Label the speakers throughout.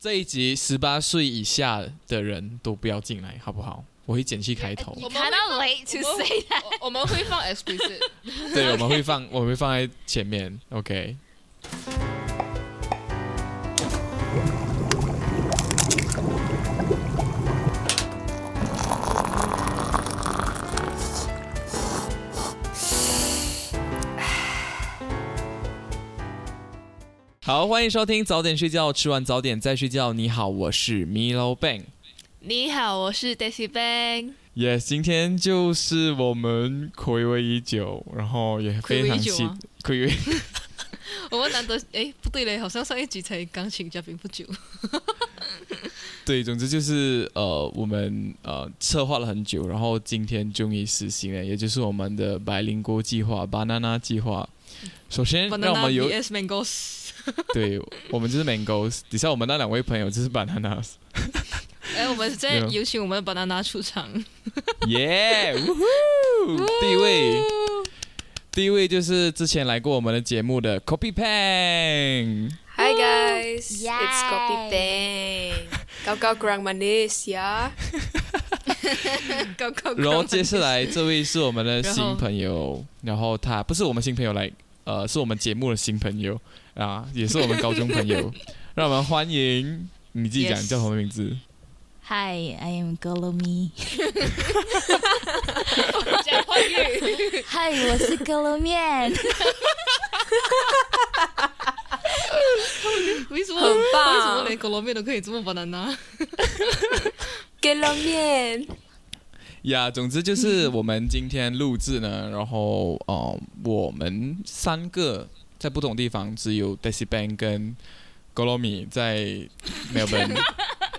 Speaker 1: 这一集十八岁以下的人都不要进来，好不好？我会剪去开头，
Speaker 2: 你
Speaker 3: 我
Speaker 2: 看到 late to say that，
Speaker 3: 我我们会放 explicit。
Speaker 1: 对，我们会放，我们会放在前面。OK。好，欢迎收听《早点睡觉，吃完早点再睡觉》。你好，我是 Milo Bang。
Speaker 3: 你好，我是 Daisy Bang。
Speaker 1: Yes，今天就是我们暌违已久，然后也非常
Speaker 3: 暌违已久
Speaker 1: 期
Speaker 3: 吗
Speaker 1: 暌违
Speaker 3: 我们难得诶，不对嘞，好像上一集才刚请嘉宾 不久。
Speaker 1: 对，总之就是呃，我们呃策划了很久，然后今天终于实行了，也就是我们的白灵锅计划 （Banana 计划）。首先，让我
Speaker 3: 嗯 Banana
Speaker 1: 们有
Speaker 3: vs Mangoes。
Speaker 1: 对，我们就是 Mangoes，底下我们那两位朋友就是 Bananas，
Speaker 3: 诶，哎我们现在
Speaker 1: 没有
Speaker 3: 有请我们的 Banana 出场。
Speaker 1: 耶！呜呼第一位，第一位就是之前来过我们的节目的 Copy Pang。
Speaker 4: Hi guys,
Speaker 2: Yay.
Speaker 4: it's Kopi Bang. Kau-kau kurang manis ya. Kau-kau
Speaker 1: 然后
Speaker 4: kurang
Speaker 1: 接下
Speaker 4: manis.
Speaker 1: 来这位是我们的
Speaker 3: 然后
Speaker 1: 新朋友，然后他不是我们新朋友来，呃，是我们节目的新朋友啊，也是我们高中朋友，让我们欢迎你自己讲
Speaker 3: Yes
Speaker 1: 叫什么名字？
Speaker 2: Hi, I am Golomi.
Speaker 3: 讲话语。
Speaker 2: 嗨，我是可乐 面。
Speaker 3: 为什么？
Speaker 4: 很棒
Speaker 3: 为什么连狗肉面都可以这么 Banana？
Speaker 4: Kelomian.
Speaker 1: 呀总之就是
Speaker 3: 嗯
Speaker 1: 我们今天录制呢，然后呃，我们三个在不同地方，只有 Daisy Bang 跟 Golomi 在 Melbourne，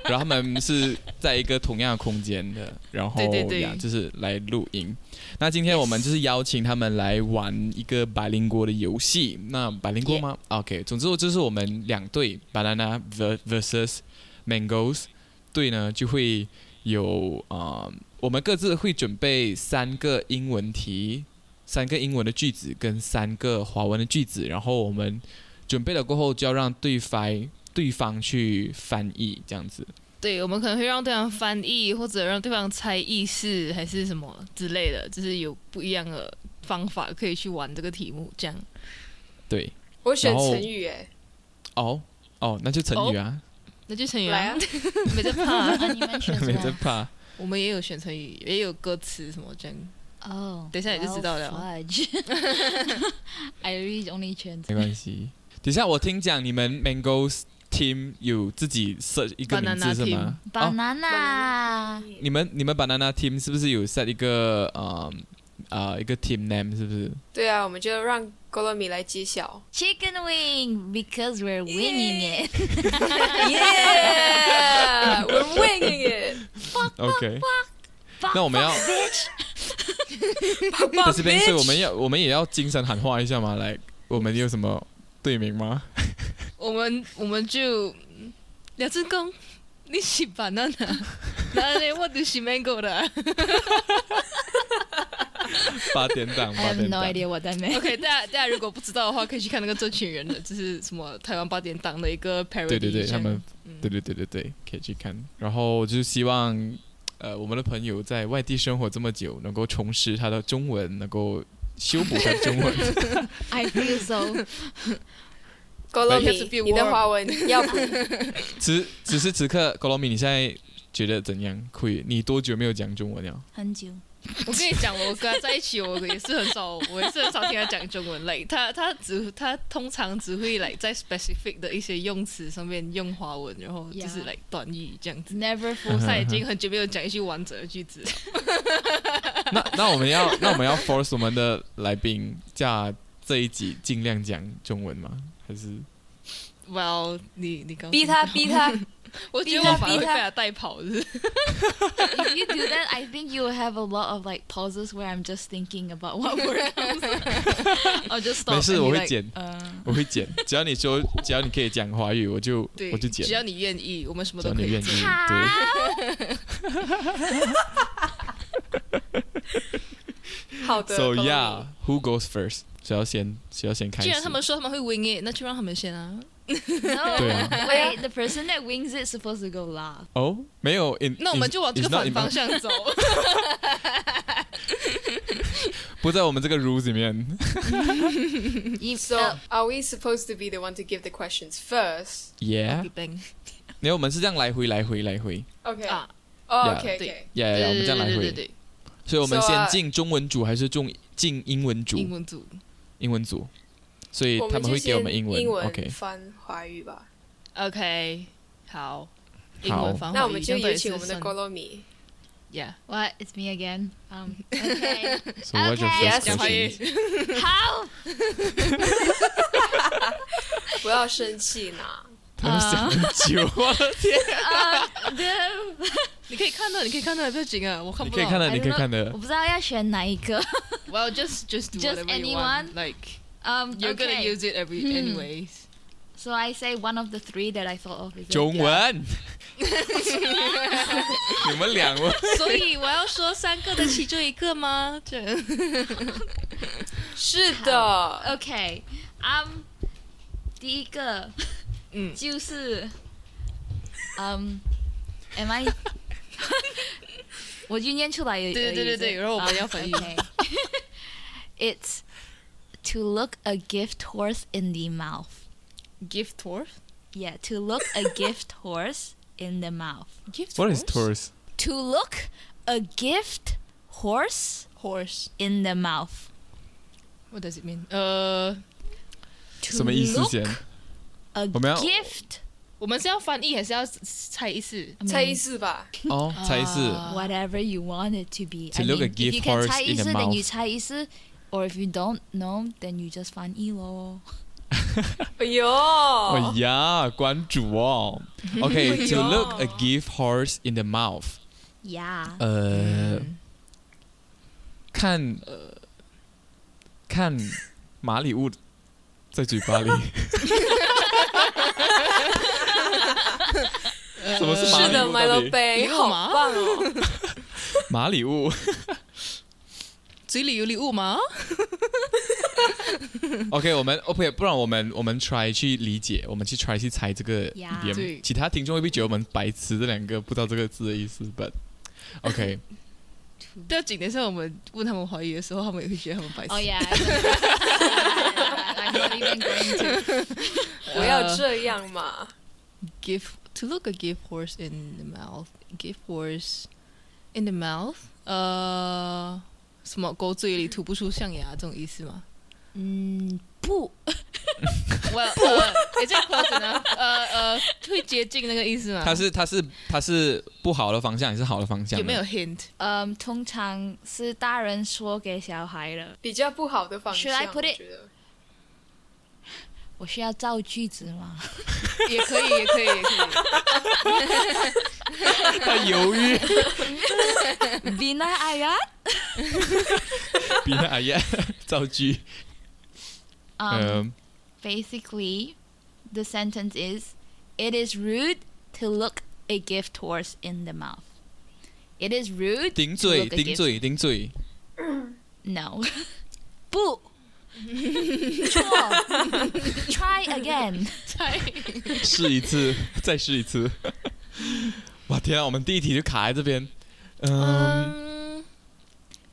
Speaker 1: 然后他们是在一个同样的空间的，然后
Speaker 3: 对对对
Speaker 1: 呀就是来录音。那今天我们就是邀请他们来玩一个百灵国的游戏，那百灵国吗 o k 总之就是我们两队 Banana ver- versus Mangoes 队呢就会有啊。呃我们各自会准备三个英文题，三个英文的句子跟三个华文的句子，然后我们准备了过后就要让对方对方去翻译这样子。
Speaker 3: 对，我们可能会让对方翻译，或者让对方猜意思，还是什么之类的，就是有不一样的方法可以去玩这个题目。这样
Speaker 1: 对，
Speaker 3: Oh,
Speaker 1: 然后-
Speaker 4: 我选成语哎，来啊！
Speaker 1: 哦哦，那就成语 啊，
Speaker 3: 那就成语啊， 没在怕。
Speaker 2: 啊，你们 选什
Speaker 1: 没在
Speaker 2: 么？
Speaker 1: 怕。
Speaker 3: 我们也有选成语，也有歌词什么这样。
Speaker 2: 哦，
Speaker 3: 等一下你就知道了
Speaker 2: Oh, Fudge. I read only 全
Speaker 1: 没关系。等一下我听讲你们 Mangoes Team 有自己设一个名
Speaker 3: Banana
Speaker 1: 字是吗？
Speaker 2: Oh.
Speaker 1: 哦，
Speaker 2: banana。
Speaker 1: 你们你们 Banana Team 是不是有 set 一个呃呃一个 Team name 是不是？
Speaker 4: 对啊，我们就让 Kolomi 来揭晓。
Speaker 2: Chicken wing because we're winging it.
Speaker 4: Yeah, we're winging it.
Speaker 1: OK，那我们要
Speaker 2: bitch，
Speaker 1: 但是边所以我们要我们也要精神喊话一下嘛，来，我们有什么队名 吗？
Speaker 3: 我们我们就两只公，你是 banana，那嘞我就是 mango 的。
Speaker 1: 八点档，
Speaker 2: I
Speaker 1: 八
Speaker 2: have
Speaker 1: 点
Speaker 2: no
Speaker 1: 档。
Speaker 2: idea what that meant.
Speaker 3: OK，大家大家如果不知道的话，可以去看那个这群人的，就是什么台湾八点档的一个 parody
Speaker 1: 对
Speaker 3: 这样。
Speaker 1: 对对，他们
Speaker 3: 嗯
Speaker 1: 对对对对对，可以去看。然后就是希望，呃，我们的朋友在外地生活这么久，能够重拾他的中文，能够修补他的中 文。
Speaker 2: I feel so.
Speaker 3: But you have to be warm.
Speaker 4: 你的华文要不？
Speaker 1: 此此时此刻，高罗米，你现在觉得怎样？可以？你多久没有讲中文了？
Speaker 2: 很久。
Speaker 3: 我跟你讲，我跟他在一起，我也是很少，我也是很少听他讲中文。like 他他只他通常只会 like 在 specific 的一些用词上面用华文，然后就是
Speaker 2: Yeah.
Speaker 3: like 短语这样子。
Speaker 1: 嗯
Speaker 2: Never
Speaker 3: 我
Speaker 2: full
Speaker 3: 现在已经很久没有讲一句完整的句子了。
Speaker 1: 那那我们要那我们要 force 我们的来宾下这一集尽量讲中文吗？还是
Speaker 3: Well，你你刚
Speaker 4: 逼他，逼他。
Speaker 3: 我觉
Speaker 4: 逼
Speaker 3: 得
Speaker 4: 他
Speaker 3: 我反而会
Speaker 4: 逼
Speaker 3: 被
Speaker 4: 他
Speaker 3: 他带跑，是不是
Speaker 2: If you do that, I think you will have a lot of like pauses where I'm just thinking about what word. I'll just stop.
Speaker 1: 没事
Speaker 2: and be
Speaker 1: 我会
Speaker 2: like,
Speaker 1: 剪
Speaker 2: 呃
Speaker 1: 我会剪， 只要你说，只要你可以讲华语，我就
Speaker 3: 对，
Speaker 1: 我就
Speaker 3: 只
Speaker 1: 剪，
Speaker 3: 要你愿意，我们什么
Speaker 1: 只
Speaker 3: 都
Speaker 1: 要
Speaker 3: 可
Speaker 1: 你
Speaker 3: 以
Speaker 1: 愿意。
Speaker 3: 做。
Speaker 1: 对，
Speaker 4: 好的。
Speaker 1: So
Speaker 4: Kolomi
Speaker 1: yeah, who goes first？谁要先？谁要先开始？
Speaker 3: 既然他们说他们会 win it，那就让他们先啊。
Speaker 2: No,
Speaker 1: 对啊。
Speaker 2: wait, the person that wings it supposed to go last.
Speaker 1: 哦，没有，in
Speaker 3: 那我们就往这个反方，向走。
Speaker 1: 不在我们这个 rules 里面。
Speaker 2: You-
Speaker 4: So,
Speaker 2: uh,
Speaker 4: are we supposed to be the one to give the questions first?
Speaker 1: Yeah，因为我们是这样来回来回来回
Speaker 4: Okay.
Speaker 3: Ah.
Speaker 4: Oh,
Speaker 1: Yeah.
Speaker 4: okay,
Speaker 3: 对。
Speaker 4: okay.
Speaker 1: ，Yeah，, yeah 我们这样来
Speaker 3: 对对
Speaker 1: 回。
Speaker 3: 对，
Speaker 1: 所以我们
Speaker 4: So,
Speaker 1: 先
Speaker 4: uh,
Speaker 1: 进中文组还是中进英文组？
Speaker 3: 英文组
Speaker 1: 英文组，所以他们会给我们英文。OK，
Speaker 4: 我们就先英文翻华语吧。
Speaker 3: ，OK，好，
Speaker 1: 好
Speaker 3: 哦英文方法歌。
Speaker 4: 那我们就有请我们的郭洛米。
Speaker 3: Yeah，
Speaker 2: what? It's me again. Um, okay.
Speaker 1: So what's your
Speaker 2: Okay.
Speaker 1: first
Speaker 4: Yes.
Speaker 3: 讲华语
Speaker 1: question？
Speaker 2: How?
Speaker 4: 我要生气呢。
Speaker 1: 他们想很 久，我的天！
Speaker 2: Uh, the,
Speaker 3: 你可以看到，你可以看到，不要紧啊，我看
Speaker 1: 你
Speaker 3: 不
Speaker 1: 可以
Speaker 3: 到。
Speaker 1: 看的，
Speaker 2: I
Speaker 1: 你可以
Speaker 2: don't
Speaker 1: 看的
Speaker 2: know- 我不知道要选哪一个。
Speaker 3: Well, just just do
Speaker 2: Just
Speaker 3: whatever you
Speaker 2: anyone?
Speaker 3: want. Like
Speaker 2: Um,
Speaker 3: you're gonna
Speaker 2: okay.
Speaker 3: use it every
Speaker 2: Hmm.
Speaker 3: anyways.
Speaker 2: So I say one of the three that I thought of. is it?
Speaker 1: 中文。 你们两 位
Speaker 3: 所以我要说三个的其中一个吗？这样
Speaker 4: 是的。
Speaker 2: Okay. Um, 第一个
Speaker 3: 嗯。
Speaker 2: 就是 um, am I? 我就念出来而已。
Speaker 3: 对，对，对，对，
Speaker 2: 而已，是。
Speaker 3: 然后我们要翻译。
Speaker 2: Um, okay. It's to look a gift horse in the mouth.
Speaker 3: gift horse
Speaker 2: Yeah, to look a gift horse in the mouth.
Speaker 3: gift
Speaker 1: ，What is tours？
Speaker 2: To look a gift horse
Speaker 3: horse
Speaker 2: in the mouth.
Speaker 3: What does it mean？呃，
Speaker 2: To
Speaker 1: 什么意思
Speaker 2: look
Speaker 1: 先？
Speaker 2: A
Speaker 1: 我们要-
Speaker 2: gift.
Speaker 3: 我们是要翻译还是要猜意思？
Speaker 2: I mean,
Speaker 4: 猜一次吧。
Speaker 1: 哦，猜是
Speaker 2: whatever you want it to be.
Speaker 1: Uh, To
Speaker 2: I
Speaker 1: look a
Speaker 2: mean, if
Speaker 1: gift
Speaker 2: you can
Speaker 1: horse
Speaker 2: 猜
Speaker 1: in the
Speaker 2: 意思 then
Speaker 1: mouth.
Speaker 2: you 猜意思 or if you don't know, then you just 翻译咯。
Speaker 4: 哎呦。
Speaker 1: 哎呀，关注哦。
Speaker 4: 哎
Speaker 1: OK，to
Speaker 4: 呦
Speaker 1: look a gift horse in the mouth，
Speaker 2: Yeah.
Speaker 1: 呃，看呃看马里物在嘴巴里。什么是马里
Speaker 4: 是的，
Speaker 1: 物
Speaker 4: My
Speaker 1: 到
Speaker 4: Little
Speaker 1: 底？
Speaker 4: Bay，
Speaker 3: 礼物吗？
Speaker 4: 好棒哦。
Speaker 1: 马里物，
Speaker 3: 嘴里有礼物吗？
Speaker 1: OK，我们 OK，不然我们我们 try 去理解，我们去 try 去猜这个
Speaker 2: Yeah
Speaker 1: 语言
Speaker 3: 对
Speaker 1: 其他听众会不会觉得我们白痴？这两个不知道这个字的意思，but OK，
Speaker 3: 不要紧，等一下我们问他们华语的时候，他们也会觉得他们白痴。
Speaker 2: Oh yeah. I'm not even going to.
Speaker 4: 不要这样嘛。
Speaker 3: Give to look a give horse in the mouth. Give horse in the mouth. 呃，什么狗嘴里吐不出象牙这种意思吗
Speaker 2: 不
Speaker 3: ？Well，不，也
Speaker 2: uh,
Speaker 3: 这样 close 呢？呃呃， 会接近那个意思吗？
Speaker 1: 它是它是它是不好的方向还是好的方向？啊
Speaker 3: 啊有没有？hint？
Speaker 2: 嗯，um, 通常是大人说给小孩的。
Speaker 4: 比较不好的方向，
Speaker 2: Should I put it-
Speaker 4: 我觉得。
Speaker 2: 我需要造句子吗？
Speaker 3: 也可以，也可以，也可以。
Speaker 1: 他犹 豫，Um,
Speaker 2: Bina ayat？
Speaker 1: 比那哎呀， 造句。
Speaker 3: 啊
Speaker 2: 嗯
Speaker 1: 嗯，
Speaker 2: basically, the sentence is It is rude to look a gift horse in the mouth. It is rude.
Speaker 1: 顶
Speaker 2: to
Speaker 1: 嘴，
Speaker 2: look a
Speaker 1: 顶
Speaker 2: gift-
Speaker 1: 嘴，顶嘴。
Speaker 2: No. 不。错。Try again.
Speaker 3: 猜
Speaker 1: 试一次， 再试一次。哇天啊，我们第一题就卡在这边。嗯，
Speaker 3: Um,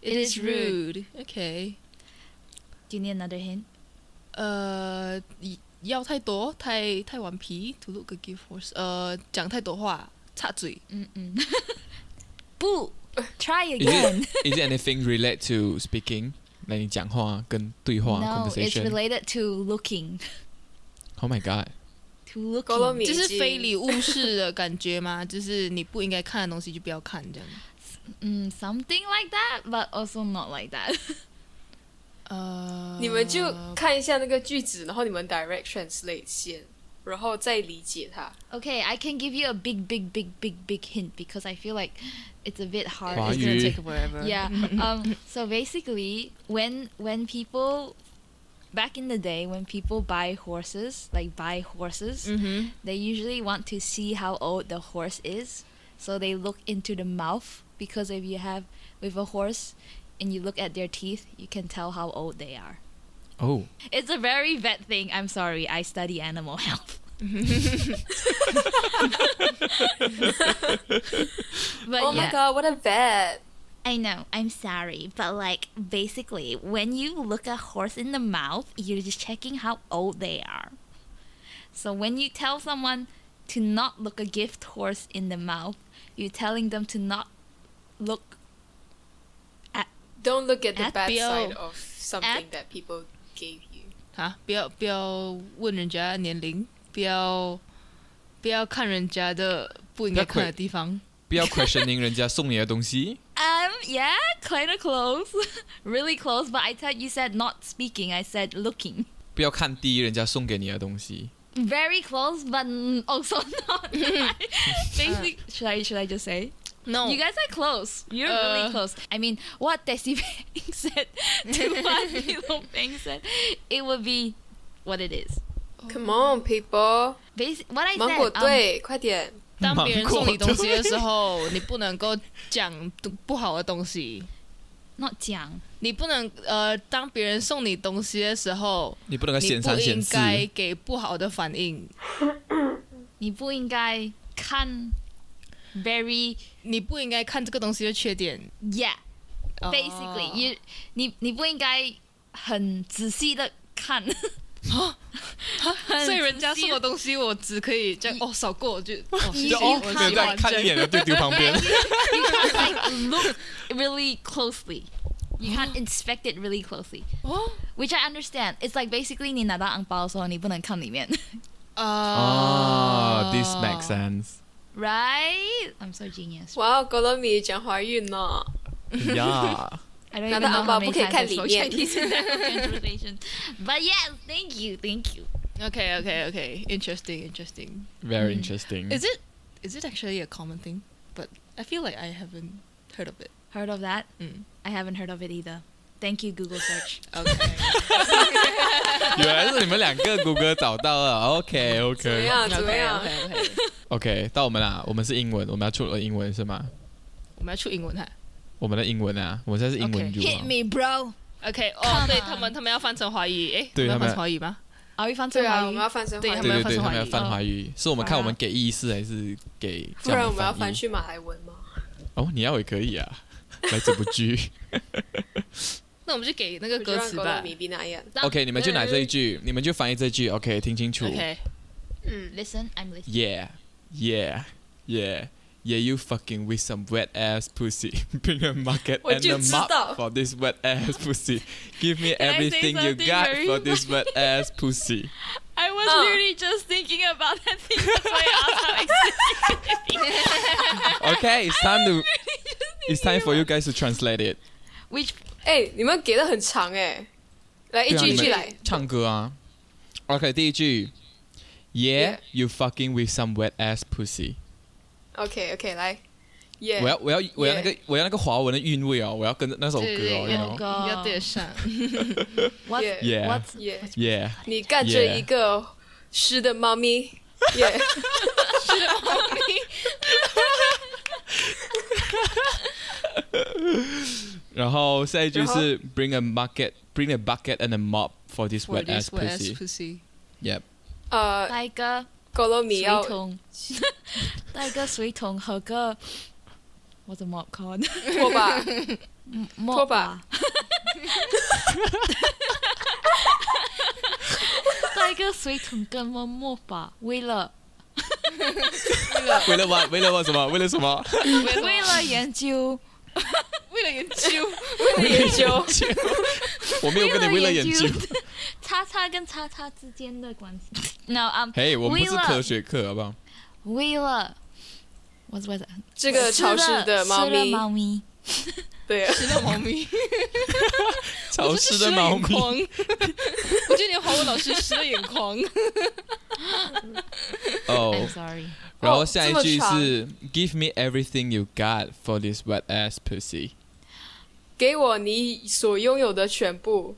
Speaker 2: It is rude.
Speaker 3: Okay.
Speaker 2: Do you need another hint?
Speaker 3: 呃，以要太多，太太顽皮，to look a gift horse。呃，讲太多话，插嘴。
Speaker 2: Mm-mm. 不。Try
Speaker 1: Is
Speaker 2: again.
Speaker 1: it is it anything relate to speaking？那你讲话跟对话
Speaker 2: No, it's
Speaker 1: conversation。
Speaker 2: related to looking.
Speaker 1: Oh my god！
Speaker 2: To looking.
Speaker 4: 高楼米
Speaker 3: 就是
Speaker 4: 已经
Speaker 3: 非礼物式的感觉吗？就是你不应该看的东西就不要看这样。
Speaker 2: Mm, something like that, but also not like that.
Speaker 3: 呃，
Speaker 4: 你们就看一下那个句子，然后你们 direct translate 先，然后再理解它。
Speaker 2: Okay, I can give you a big, big, big, big, big hint because I feel like it's a bit hard.
Speaker 1: 华
Speaker 3: It's
Speaker 1: 语
Speaker 3: gonna take forever.
Speaker 2: Yeah. Um. So basically, when when people back in the day, when people buy horses, like buy horses,
Speaker 3: 嗯哼。
Speaker 2: they usually want to see how old the horse is. So they look into the mouth because if you have with a horse and you look at their teeth, you can tell how old they are.
Speaker 1: 哦，
Speaker 2: It's a very vet thing. I'm sorry. I study animal health. But
Speaker 4: oh my
Speaker 2: yeah,
Speaker 4: god, what a vet!
Speaker 2: I know. I'm sorry, but like basically, when you look a horse in the mouth, you're just checking how old they are. So when you tell someone to not look a gift horse in the mouth, you're telling them to not look
Speaker 4: Don't look at the
Speaker 2: At
Speaker 4: bad
Speaker 3: Bill.
Speaker 4: side of something
Speaker 2: At-
Speaker 4: that people gave you.
Speaker 3: 啊，不要不要问人家年龄，不要不要看人家的不应该看的地方。
Speaker 1: 不要 questioning 人家送你的东西。
Speaker 2: Um, yeah, kind of close. really close, but I thought you said not speaking. I said looking.
Speaker 1: 不要看低人家送给你的东西。
Speaker 2: Very close, but n- also not. Basically, should I should I just say
Speaker 3: No，
Speaker 2: you guys are close? You're really
Speaker 3: Oh. Uh.
Speaker 2: close. I mean, what Desi Peng said to what Milo Peng said, it would be what it is.
Speaker 4: Come on, people！
Speaker 2: Basi- what I
Speaker 4: 芒果
Speaker 2: said. um,
Speaker 4: 队，快点！
Speaker 3: 当别人送你
Speaker 1: 芒果
Speaker 3: 东西的时候， 你不能够讲不好的东西。
Speaker 2: not 讲
Speaker 3: 你不能呃，当别人送你东西的时候，
Speaker 1: 你不能够
Speaker 3: 你
Speaker 1: 显
Speaker 3: 不
Speaker 1: 三显
Speaker 3: 应
Speaker 1: 四，
Speaker 3: 该给不好的反应，
Speaker 2: 你不应该看 very
Speaker 3: 你不应该看这个东西的缺点。
Speaker 2: yeah.
Speaker 3: 哦
Speaker 2: basically you 你你不应该很仔细的看，
Speaker 3: 所以人家送
Speaker 2: 说
Speaker 3: 我东西，我只可以这样哦，扫过我就哦，谢谢
Speaker 1: 就哦，没
Speaker 3: 我
Speaker 1: 有
Speaker 3: 喜
Speaker 1: 再
Speaker 3: 欢
Speaker 1: 看一眼的丢丢旁边。
Speaker 2: you can't like look really closely. You can't inspect it really closely,
Speaker 3: 哦，
Speaker 2: which I understand. It's like basically 你拿到昂包的时候，你不能看里面
Speaker 1: 哦，this makes sense。
Speaker 3: sense。
Speaker 2: ，right? I'm so genius.
Speaker 4: 哇，格罗米讲华语呢，
Speaker 1: 呀，
Speaker 2: I don't
Speaker 4: 拿
Speaker 2: even
Speaker 4: 到
Speaker 2: know
Speaker 4: 昂
Speaker 2: how
Speaker 4: 包
Speaker 2: many
Speaker 4: 不可以
Speaker 2: times
Speaker 4: 看
Speaker 2: I
Speaker 4: 里
Speaker 2: spoke
Speaker 4: 面。
Speaker 2: Chinese in that conversation. But yes, thank you, thank you.
Speaker 3: Okay, okay, okay. Interesting, interesting.
Speaker 1: Very interesting.
Speaker 3: Is it is it actually a common thing? But I feel like I haven't heard of it.
Speaker 2: Heard of that?
Speaker 3: Mm.
Speaker 2: I haven't heard of it either. Thank you, Google search.
Speaker 3: Okay.
Speaker 1: 原来是你们两个谷歌找到了。OK
Speaker 4: 怎么
Speaker 1: OK
Speaker 4: 样？啊怎 么
Speaker 3: okay,
Speaker 4: 样？
Speaker 3: okay, okay.
Speaker 1: OK，到我们啦，我们是英文，我们要出了英文是吗？
Speaker 3: 我们要出英文哈。
Speaker 1: 我们的英文啊，我们现在是英文
Speaker 3: OK
Speaker 1: 组啊。
Speaker 2: me, bro.
Speaker 3: 哦，
Speaker 2: Come
Speaker 3: 对
Speaker 2: on
Speaker 3: 他们，他们要翻成华语，诶，
Speaker 1: 对
Speaker 3: 我们要
Speaker 1: 他们
Speaker 3: 翻成华语吗？
Speaker 2: 啊，会翻
Speaker 4: 对
Speaker 2: 中
Speaker 4: 啊，
Speaker 2: 华
Speaker 4: 我
Speaker 2: 语
Speaker 4: 们。要翻成
Speaker 3: 对
Speaker 4: 华
Speaker 3: 他
Speaker 4: 语
Speaker 1: 对
Speaker 3: 们
Speaker 1: 对
Speaker 3: 要
Speaker 1: 对，
Speaker 3: 翻
Speaker 1: 他
Speaker 3: 成
Speaker 1: 们要
Speaker 3: 华
Speaker 1: 翻
Speaker 3: 语。
Speaker 1: 华语，是我们
Speaker 2: 好啊
Speaker 1: 看我们给意思还是给
Speaker 4: 不
Speaker 1: 这
Speaker 4: 然
Speaker 1: 样
Speaker 4: 我们要
Speaker 1: 翻
Speaker 4: 翻
Speaker 1: 译
Speaker 4: 去马来文吗？
Speaker 1: 哦，你要也可以啊，来这部剧。
Speaker 3: 那我们就给那个
Speaker 4: 我就
Speaker 3: 歌
Speaker 4: 让
Speaker 3: 词
Speaker 4: 格罗
Speaker 3: 吧。
Speaker 4: 米比那样。
Speaker 1: OK，你们就拿这一句，你们就翻译这句。OK，听清楚。
Speaker 3: OK，
Speaker 4: 嗯，
Speaker 2: Listen, I'm listening.
Speaker 1: Yeah, yeah, yeah. Yeah, you fucking with some wet ass pussy. Bring a market
Speaker 4: 我
Speaker 1: and a
Speaker 4: 就知
Speaker 1: mop
Speaker 4: 道
Speaker 1: for this wet ass pussy. Give me
Speaker 2: Can I say
Speaker 1: everything you
Speaker 2: something
Speaker 1: got
Speaker 2: very
Speaker 1: for this wet ass pussy.
Speaker 2: I was
Speaker 4: Oh.
Speaker 2: literally just thinking about that thing. That's why I asked how
Speaker 1: Okay, it's time to it's time for you
Speaker 2: guys.
Speaker 1: guys to translate it.
Speaker 2: Which
Speaker 4: 哎，你们给的很长哎，来一句一句来。
Speaker 1: 唱歌啊。OK，第一句。Yeah,
Speaker 4: Yeah.
Speaker 1: you fucking with some wet ass pussy.
Speaker 4: OK OK，来。耶！
Speaker 1: 我要-我要-我要那个-我要那个华文的韵味哦，我要跟着那首歌哦，
Speaker 3: 对，对，
Speaker 1: you
Speaker 2: 要
Speaker 1: know。
Speaker 2: 歌
Speaker 3: 你要对上。
Speaker 2: what
Speaker 4: Yeah.
Speaker 1: Yeah.
Speaker 2: what's
Speaker 4: 耶！
Speaker 1: Yeah.
Speaker 4: 你干着一个湿的猫咪，耶！
Speaker 1: 然后下一句是 bring a bucket, bring a bucket and a mop for this
Speaker 3: For
Speaker 1: wet ass
Speaker 3: this wet ass
Speaker 1: pussy.
Speaker 3: pussy。
Speaker 1: Yep.
Speaker 4: 呃，
Speaker 2: 带个
Speaker 4: 格罗米
Speaker 2: 水
Speaker 4: 要
Speaker 2: 桶，带个水桶和个我怎么 call
Speaker 4: 拖 把，
Speaker 2: 拖
Speaker 4: 把，
Speaker 2: 带个水桶跟么抹把，为了
Speaker 1: 为了 what？为了我什么？为了什么？
Speaker 2: 为了研究，
Speaker 3: 为了研 究，
Speaker 4: 研究
Speaker 1: 我没有跟你为了研究。
Speaker 2: 叉叉跟叉叉之间的关系。No, um, 为了-
Speaker 1: 嘿，我们不是科学课，好不好？
Speaker 2: 为了 what's what's
Speaker 4: 这个潮湿的猫
Speaker 2: 吃了
Speaker 4: 咪，
Speaker 2: 猫咪。
Speaker 4: 对，
Speaker 3: 吃掉猫咪。
Speaker 1: 潮湿的猫咪。
Speaker 3: 我是吃了眼眶我觉得你的华文老师失了 眼眶。
Speaker 1: 哦，
Speaker 2: I'm sorry.
Speaker 1: 然后下一句是 give me everything you got for this wet ass pussy。
Speaker 4: 给我你所拥有的全部，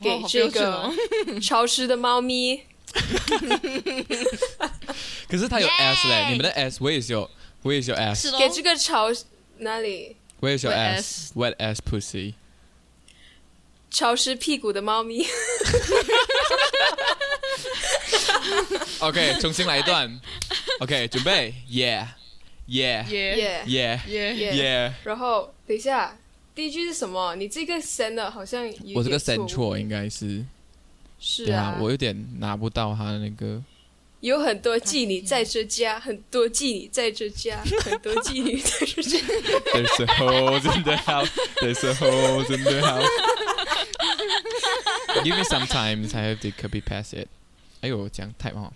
Speaker 4: 给这个
Speaker 3: 哦
Speaker 4: 潮湿的猫咪。
Speaker 1: 可是它有
Speaker 2: Yay！
Speaker 1: s 嘞，你们的 s 我也是有，我也是有 s，
Speaker 3: 是咯
Speaker 4: 给这个潮哪里
Speaker 1: 我也是有
Speaker 3: Wet
Speaker 1: s wet ass pussy。
Speaker 4: 潮湿屁股的猫咪，
Speaker 1: OK，重新来一 段。OK，准备，Yeah，Yeah，Yeah，Yeah，
Speaker 3: 耶
Speaker 4: 耶
Speaker 3: 耶，
Speaker 1: Yeah。
Speaker 4: 然后等一下，第一句是什么？你这个 send 的好像有一点
Speaker 1: 我这个
Speaker 4: 错误
Speaker 1: send 错应该是，
Speaker 4: 是
Speaker 1: 对
Speaker 4: 啊
Speaker 1: 啊，，我有点拿不到他的那个。
Speaker 4: 有很多妓女在这家，很多妓女在这家，很多妓女在这家。
Speaker 1: There's a hole in the house. There's a hole in the house. Give me some time, I hope they copy past it. 哎呦，讲太哦，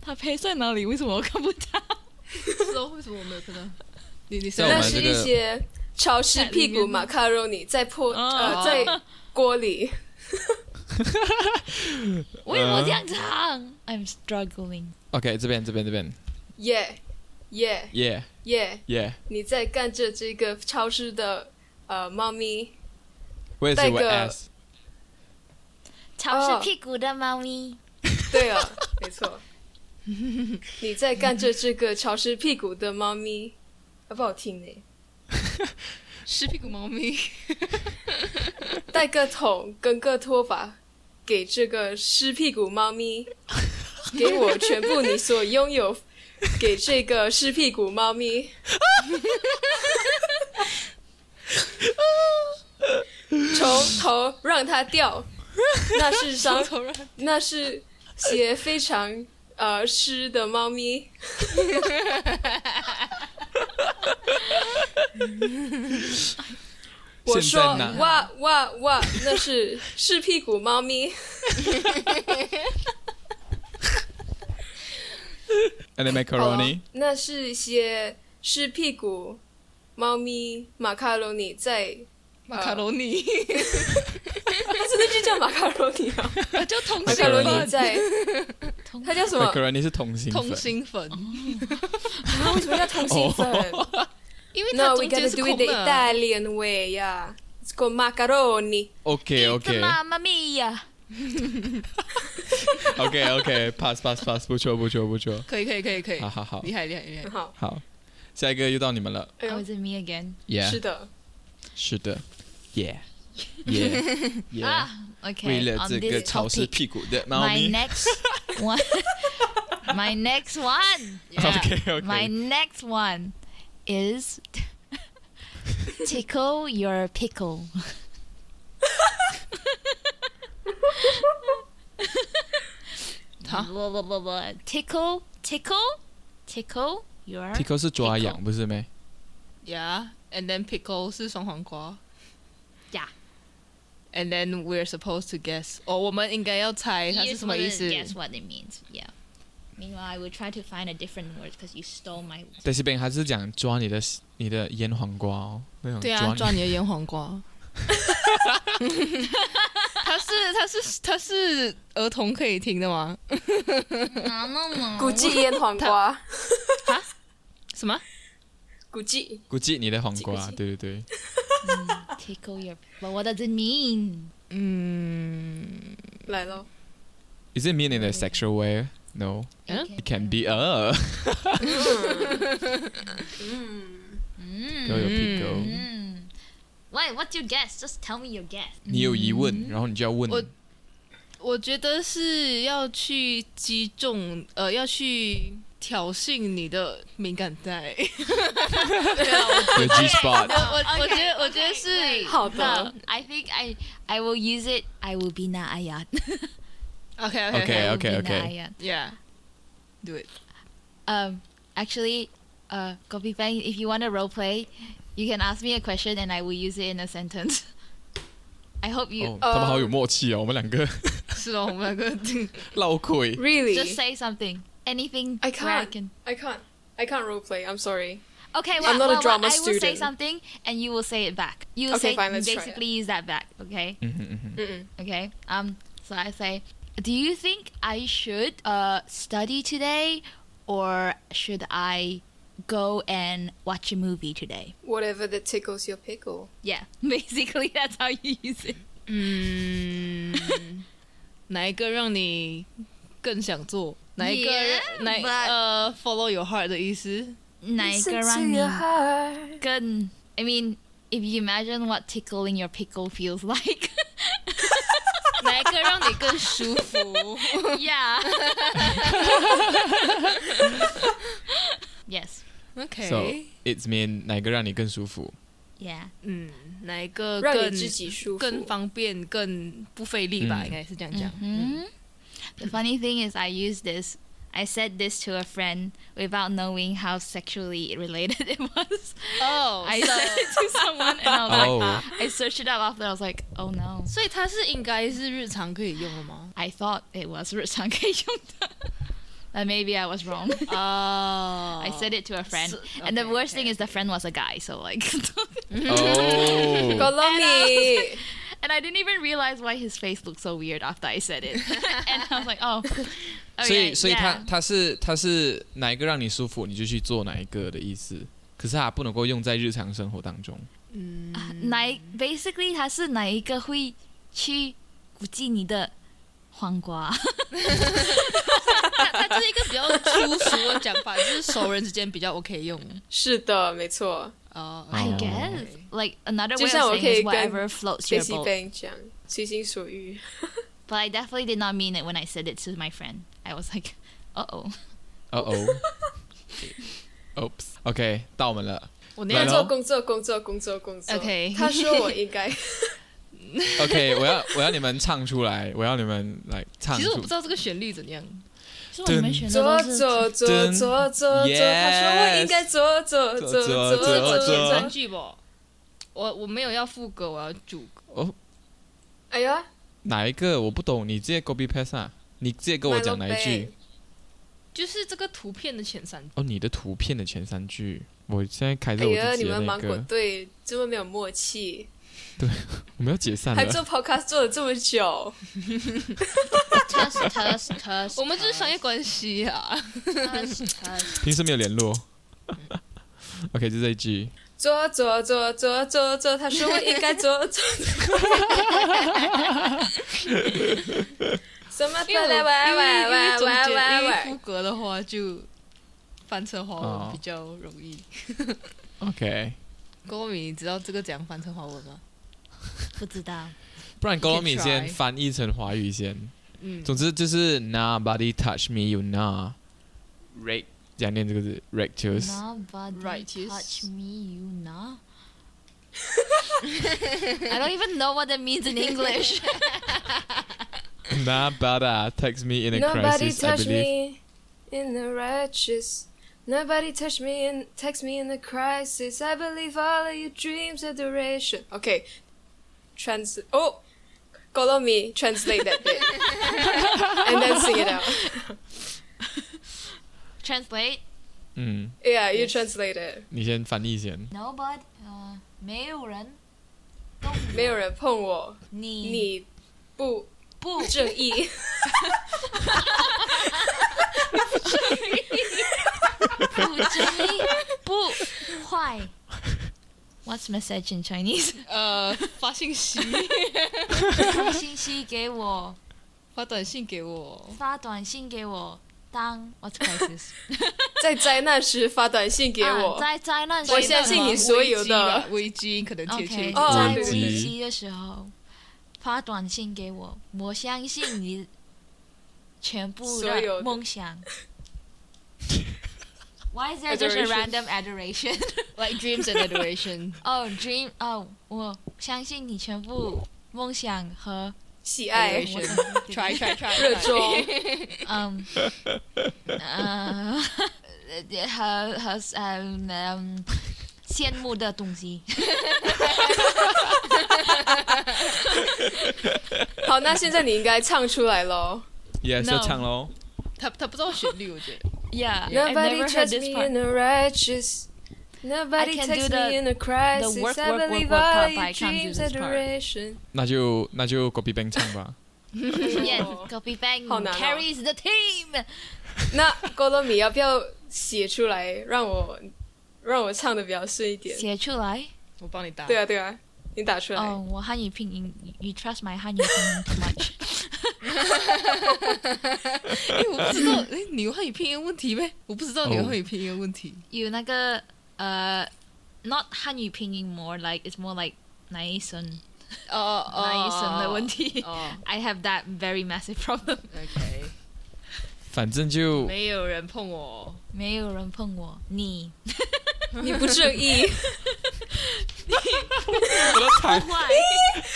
Speaker 5: 他配在哪里？为什么我看不到？
Speaker 4: 呃
Speaker 3: 是哦，为什么我没有看到？你你
Speaker 1: 在我
Speaker 4: 那
Speaker 1: 们
Speaker 4: 是
Speaker 1: 这个
Speaker 4: 一些潮湿屁股马卡肉尼在破呃
Speaker 5: 哦
Speaker 4: 在锅里，
Speaker 2: 为什么这样唱？I'm struggling。
Speaker 1: OK，这边这边这边
Speaker 4: 耶耶
Speaker 1: ，Yeah
Speaker 4: 耶！
Speaker 1: Yeah，
Speaker 4: 你在干着这个潮湿的呃猫咪，
Speaker 1: 我也是
Speaker 4: 带
Speaker 1: 我
Speaker 4: 个
Speaker 1: S，
Speaker 4: 哦
Speaker 2: 潮湿屁股的猫咪，
Speaker 4: 对啊，没错。 你在干着这个潮湿屁股的猫咪，啊、不好听呢、
Speaker 3: 湿屁股猫 咪，
Speaker 4: 带个桶跟个拖把给这个湿屁股猫咪，给我全部你所拥有，给这个湿屁股猫咪。从头让它掉，那是伤，那是些非常呃湿的猫咪。
Speaker 1: 现在
Speaker 4: 我说
Speaker 1: 拿
Speaker 4: 哇哇哇，那是是屁股猫咪。
Speaker 1: and then macaroni，
Speaker 4: 哦那是一些是屁股猫咪马卡罗尼在，
Speaker 3: 马卡罗尼，
Speaker 4: 这个就叫马卡罗尼 啊，
Speaker 3: 它叫 通
Speaker 4: 马
Speaker 3: 心
Speaker 4: 卡罗尼
Speaker 3: 粉，
Speaker 4: 在， 它 叫什么？
Speaker 1: macaroni 是同心粉
Speaker 3: 通心粉，
Speaker 4: 它为什么叫通心粉
Speaker 3: 因为 它
Speaker 4: ？No, we
Speaker 3: 中间
Speaker 4: gotta
Speaker 3: 是
Speaker 4: do it the
Speaker 3: 空的啊。
Speaker 4: Italian way, yeah. It's called macaroni.
Speaker 1: OK 哎 OK
Speaker 2: 妈妈咪呀！
Speaker 1: OK OK pass pass pass，不错不错不 错，
Speaker 3: 可以可以可以可以
Speaker 1: 好，好好
Speaker 3: 厉害厉害厉害
Speaker 4: 很！好，
Speaker 1: 好，下一个又到你们了
Speaker 4: 哎呦
Speaker 2: Oh, is it me again?
Speaker 4: 是
Speaker 1: ，Yeah
Speaker 4: 的，
Speaker 1: 是的，Yeah Yeah Yeah，
Speaker 2: 啊 Okay.
Speaker 1: 为了
Speaker 2: on
Speaker 1: 这
Speaker 2: this
Speaker 1: 个潮湿
Speaker 2: topic,
Speaker 1: 屁股的猫
Speaker 2: My
Speaker 1: 咪
Speaker 2: next one. My next one.
Speaker 1: ，OK OK，
Speaker 2: My next one is tickle your pickle.
Speaker 3: 好。
Speaker 2: tickle, tickle, tickle your
Speaker 1: 皮
Speaker 2: pickle.
Speaker 1: 克是抓痒不是咩？
Speaker 3: Yeah，and then pickle 是双黄瓜。
Speaker 2: Yeah.
Speaker 3: And then we're supposed to guess，哦，我们应该要猜它是
Speaker 2: You
Speaker 3: 什么意
Speaker 2: wouldn't
Speaker 3: 思。
Speaker 2: guess what it means. Yeah. Meanwhile, I will try to find a different word because you stole my.
Speaker 1: 在这边还是讲抓你的你的腌黄瓜哦，那种
Speaker 3: 对啊，
Speaker 1: 抓
Speaker 3: 抓
Speaker 1: 你
Speaker 3: 你的腌黄瓜。它是它是它是儿童可以听的吗？
Speaker 2: No, no, no.
Speaker 4: 古迹腌黄瓜，
Speaker 3: 什么？
Speaker 4: 古迹
Speaker 1: 估计你的黄
Speaker 4: 估
Speaker 1: 瓜，
Speaker 4: 计
Speaker 1: 对对对，
Speaker 2: Tickle your. But what does it mean?
Speaker 3: 嗯，
Speaker 4: 来咯。
Speaker 1: Is it mean in a sexual way? No,
Speaker 3: Okay.
Speaker 1: it can be uh a.
Speaker 3: Mm
Speaker 1: 有 pickle，
Speaker 2: Mm. Why? What's your guess? Just tell me your guess.
Speaker 1: 你有疑问，然后你就要问
Speaker 3: 我我觉得是要去击中，呃，要去挑衅你的敏感带。
Speaker 1: the G spot。
Speaker 3: 我我觉得我觉得是
Speaker 2: Wait,
Speaker 4: 好的
Speaker 2: no,，I think I I will use it. I will be na ayat.
Speaker 3: OK
Speaker 1: Okay,
Speaker 3: OK
Speaker 2: I will
Speaker 1: okay,
Speaker 2: be
Speaker 1: okay.
Speaker 2: na ayat.
Speaker 3: Yeah，do it。
Speaker 2: Um, actually, uh, Kopi Peng, if you want to role play, you can ask me a question and I will use it in a sentence. I hope you oh
Speaker 1: 哦，他们好有默契哦，我们两 个 嗯
Speaker 3: 是哦，我们两个
Speaker 1: 老鬼。
Speaker 2: just
Speaker 4: Really?
Speaker 2: say something, anything.
Speaker 4: I
Speaker 2: where I
Speaker 4: can't.
Speaker 2: can.
Speaker 4: I can't. I can't role play. I'm sorry.
Speaker 2: Okay, well,
Speaker 4: I'm not a
Speaker 2: well, well,
Speaker 4: drama
Speaker 2: I will say
Speaker 4: student.
Speaker 2: something and you will say it back. You will
Speaker 4: Okay,
Speaker 2: say
Speaker 4: fine, let's try it.
Speaker 2: basically use that back. Okay.
Speaker 1: 嗯哼嗯哼，
Speaker 4: 嗯嗯。
Speaker 2: Okay. Um. So I say, do you think I should uh study today, or should I go and watch a movie today?
Speaker 4: Whatever that tickles your pickle.
Speaker 2: Yeah. Basically, that's how you use it.
Speaker 3: 嗯，哪一个让你更想做？哪一个
Speaker 2: Yeah,
Speaker 3: 哪
Speaker 2: but-
Speaker 3: 呃，follow your heart 的意思？
Speaker 4: Listen to your heart.
Speaker 2: Good. I mean, if you imagine what tickling your pickle feels like.
Speaker 3: 哪一个让你更舒服。
Speaker 2: Yeah. yes.
Speaker 3: OK，、
Speaker 1: So it's mean 哪个让你更舒服？
Speaker 2: Yeah.
Speaker 3: 嗯，哪一个
Speaker 4: 让
Speaker 3: 更
Speaker 4: 你自己舒服，
Speaker 3: 更方便、更不费力吧？
Speaker 1: 嗯
Speaker 3: 应该是这样讲。
Speaker 2: Mhm. The funny thing is, I used this. I said this to a friend without knowing how sexually related it was.
Speaker 3: 哦
Speaker 2: I said it to someone, and I was like,
Speaker 1: 哦
Speaker 2: I searched it up after. I was like, oh no.
Speaker 3: 所以它是应该是日常可以用的吗？
Speaker 2: I thought it was 日常可以用的 but maybe I was wrong.
Speaker 3: 啊
Speaker 2: I said it to a friend,
Speaker 3: So-
Speaker 2: and the
Speaker 3: okay,
Speaker 2: worst
Speaker 3: okay,
Speaker 2: thing is the friend was a guy. So like,
Speaker 1: oh
Speaker 4: 搞
Speaker 1: 哦，
Speaker 4: 到 你
Speaker 2: and I didn't even realize why his face looked so weird after I said it. and I was like, oh,
Speaker 1: 所
Speaker 2: okay,
Speaker 1: 以所以他
Speaker 2: yeah.
Speaker 1: 他是他是哪一个让你舒服，你就去做哪一个的意思。可是他不能够用在日常生活当中。
Speaker 3: 嗯，
Speaker 2: 哪 Mm. basically 他是哪一个会去估计你的黄瓜？
Speaker 3: 它它就是一个比较粗俗的讲法，就是熟人之间比较 OK 用。
Speaker 4: 是的，没错。
Speaker 3: 哦
Speaker 2: I
Speaker 1: Oh.
Speaker 2: guess like another way
Speaker 4: 就
Speaker 2: of
Speaker 4: 像我
Speaker 2: saying
Speaker 4: 可以
Speaker 2: is
Speaker 4: 跟
Speaker 2: whatever floats your
Speaker 4: Stacy
Speaker 2: boat.
Speaker 4: Bang 讲随心所欲，
Speaker 2: But I definitely did not mean it when I said it to my friend. I was like, uh oh.
Speaker 1: 哦哦，Oops。OK，到我们了。
Speaker 3: 我
Speaker 1: 来
Speaker 3: 那
Speaker 4: 工
Speaker 1: 咯
Speaker 3: 种
Speaker 4: 作工作工作工作工作。
Speaker 3: OK
Speaker 4: 他说 我应该
Speaker 1: OK，我要我要你们唱出来，我要你们来唱
Speaker 3: 其
Speaker 1: 出
Speaker 3: 实。我不知道这个旋律怎样。
Speaker 5: 是我们选的
Speaker 4: 左
Speaker 5: 都是
Speaker 4: 左左
Speaker 1: 真
Speaker 4: 左左左，他说我应该左左
Speaker 1: 左
Speaker 4: 左
Speaker 1: 左
Speaker 4: 左
Speaker 1: 左
Speaker 4: 左
Speaker 3: 这
Speaker 1: 左
Speaker 3: 是
Speaker 4: 左
Speaker 3: 整。句不？我我没有要副歌，我要主歌。
Speaker 1: 哦，
Speaker 4: 哎呀，
Speaker 1: 哪一个我不懂？你直接 copy paste 啊？你直接跟我讲哪一句？
Speaker 3: 就是这个图片的前三句。
Speaker 1: 哦，你的图片的前三句，我现在开
Speaker 4: 哎
Speaker 1: 着我
Speaker 4: 呀，
Speaker 1: 自
Speaker 4: 你
Speaker 1: 己的
Speaker 4: 们
Speaker 1: 那
Speaker 4: 芒果
Speaker 1: 个，
Speaker 4: 队这么没有默契，
Speaker 1: 我们要解散
Speaker 4: 还做
Speaker 1: 了。
Speaker 4: podcast 做了这么久，
Speaker 5: test test test，
Speaker 3: 我们就是商业关系啊！
Speaker 5: test test，
Speaker 1: 平时没有联络。OK，就这一句。
Speaker 4: 左左左左左左，他说我应该左左。 什么？
Speaker 3: 因为我
Speaker 4: 来来来
Speaker 3: 因为因为
Speaker 4: 来
Speaker 3: 总
Speaker 4: 来
Speaker 3: 结
Speaker 4: 来
Speaker 3: 因为
Speaker 4: 来
Speaker 3: 副，歌的话就翻成华
Speaker 1: 哦
Speaker 3: 文比较容易。
Speaker 1: OK，
Speaker 3: 郭敏，你知道这个怎样翻成华文吗？
Speaker 2: 不知道。
Speaker 1: 不然
Speaker 3: You can
Speaker 1: 高米先
Speaker 3: try
Speaker 1: 翻译成华语先。
Speaker 3: 嗯，
Speaker 1: 总之就是 Nobody touch me, you know. Rake，讲念这个字 r a k t u s
Speaker 2: Nobody
Speaker 3: Righteous.
Speaker 2: touch me, you nah. I don't even know what that means in English.
Speaker 1: Nobody text me in a
Speaker 4: Nobody
Speaker 1: crisis. I
Speaker 4: touch
Speaker 1: believe.
Speaker 4: me in the righteous. Nobody touch me in text me in the crisis. I believe all of your dreams are duration. Okay, trans. Oh, follow me. Translate that bit, and then sing it out.
Speaker 2: Translate.
Speaker 1: 嗯，
Speaker 4: Yeah, you translate it.
Speaker 1: 你先翻译先。
Speaker 2: Nobody. Uh, 没有人。
Speaker 4: 没有人碰我，
Speaker 2: 你
Speaker 4: 你不
Speaker 2: 不
Speaker 4: 正义。
Speaker 2: 不正义，不坏。What's message in Chinese?
Speaker 3: 呃， 发信息，
Speaker 2: 信息给我，发短信给我，当
Speaker 3: 发短信给 我。
Speaker 2: What's crisis？
Speaker 4: 在灾难时发短信给我。
Speaker 2: 啊，在灾难
Speaker 4: 我相信你所有的
Speaker 3: 危机吧，危机可能贴切一
Speaker 2: OK，
Speaker 3: 点。
Speaker 4: 哦
Speaker 2: 在
Speaker 4: 对对
Speaker 1: 对
Speaker 2: 危机的时候发短信给我，我相信你全部
Speaker 4: 所有
Speaker 2: 的
Speaker 4: 的
Speaker 2: 梦 想。Why is there just a
Speaker 4: Adoration.
Speaker 2: random adoration?
Speaker 3: Like dreams and adoration，
Speaker 2: Oh, dream. Oh，我相信你全部梦想 和
Speaker 4: 喜
Speaker 3: 哎
Speaker 4: 爱
Speaker 3: Adoration try try try，
Speaker 4: 热衷，
Speaker 2: 嗯呃 和和嗯嗯羡慕的东西。
Speaker 4: 好，那现在你应该唱出来喽。
Speaker 1: Yes，
Speaker 2: No
Speaker 1: 要唱喽。
Speaker 3: 他他不知道旋律，我觉得。
Speaker 2: Yeah, I've
Speaker 4: Nobody
Speaker 2: never heard
Speaker 4: touch
Speaker 2: this
Speaker 4: me
Speaker 2: part.
Speaker 4: in the righteous.
Speaker 2: I
Speaker 4: Nobody
Speaker 2: can
Speaker 4: touch
Speaker 2: do the-
Speaker 4: me in the crisis.
Speaker 2: the work,
Speaker 4: I
Speaker 2: work, work,
Speaker 4: believe
Speaker 2: work
Speaker 4: all
Speaker 2: part, but
Speaker 4: your
Speaker 2: I can't do
Speaker 4: dreams
Speaker 2: this part.
Speaker 4: adoration.
Speaker 1: 那就那就 copy bang 唱吧。
Speaker 2: Yes, copy bang
Speaker 4: 好难哦。
Speaker 2: carries the team.
Speaker 4: 那 g o l o m i 要不要写出来，让我让我唱的比较顺一点？
Speaker 2: 写出来。
Speaker 3: 我帮你打。
Speaker 4: 对啊，对啊，你打 出来。
Speaker 2: 哦，我汉语拼音，you trust my 汉语拼音 too much。
Speaker 3: 哎，我不知道，哎，你有汉语拼音问题呗？我不知道你有汉语拼音问题。
Speaker 2: 有那个呃，not 汉语拼音，more like it's more like 哪一声
Speaker 3: 哦哦哦，
Speaker 2: 那医生的问题
Speaker 3: 哦
Speaker 2: I have that very massive problem.
Speaker 3: ，OK，
Speaker 1: 反正就
Speaker 3: 没有人碰我，
Speaker 2: 没有人碰我，你
Speaker 4: 你不正 义，
Speaker 1: 我的痰，
Speaker 2: 坏，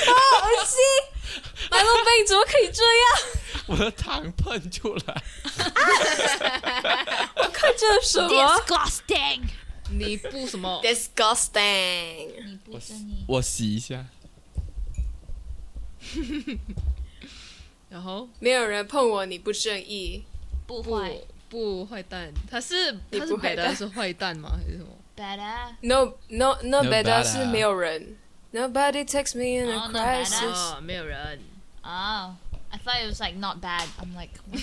Speaker 4: 好恶心！ 白龙贝怎么可以这样？
Speaker 1: 我的痰喷出来，
Speaker 4: 我看这什么
Speaker 2: disgusting。
Speaker 3: 你不什 么？
Speaker 4: ？Disgusting！
Speaker 2: 你不正义，
Speaker 1: 我洗一下。
Speaker 3: 然后
Speaker 4: 没有人碰我，你不正义。
Speaker 2: 不
Speaker 3: 不
Speaker 2: 坏
Speaker 3: 不坏蛋，他是
Speaker 4: 你
Speaker 3: 他是
Speaker 4: 不坏
Speaker 3: 北
Speaker 4: 蛋
Speaker 3: 的是坏蛋吗？还是什么？
Speaker 2: ，better。
Speaker 4: No no no
Speaker 1: No
Speaker 4: better
Speaker 1: better
Speaker 4: 是没有人。Nobody takes me in a
Speaker 2: Oh, no
Speaker 4: crisis.
Speaker 3: 啊，没有人。
Speaker 2: Oh, I thought it was like not bad. I'm like, what?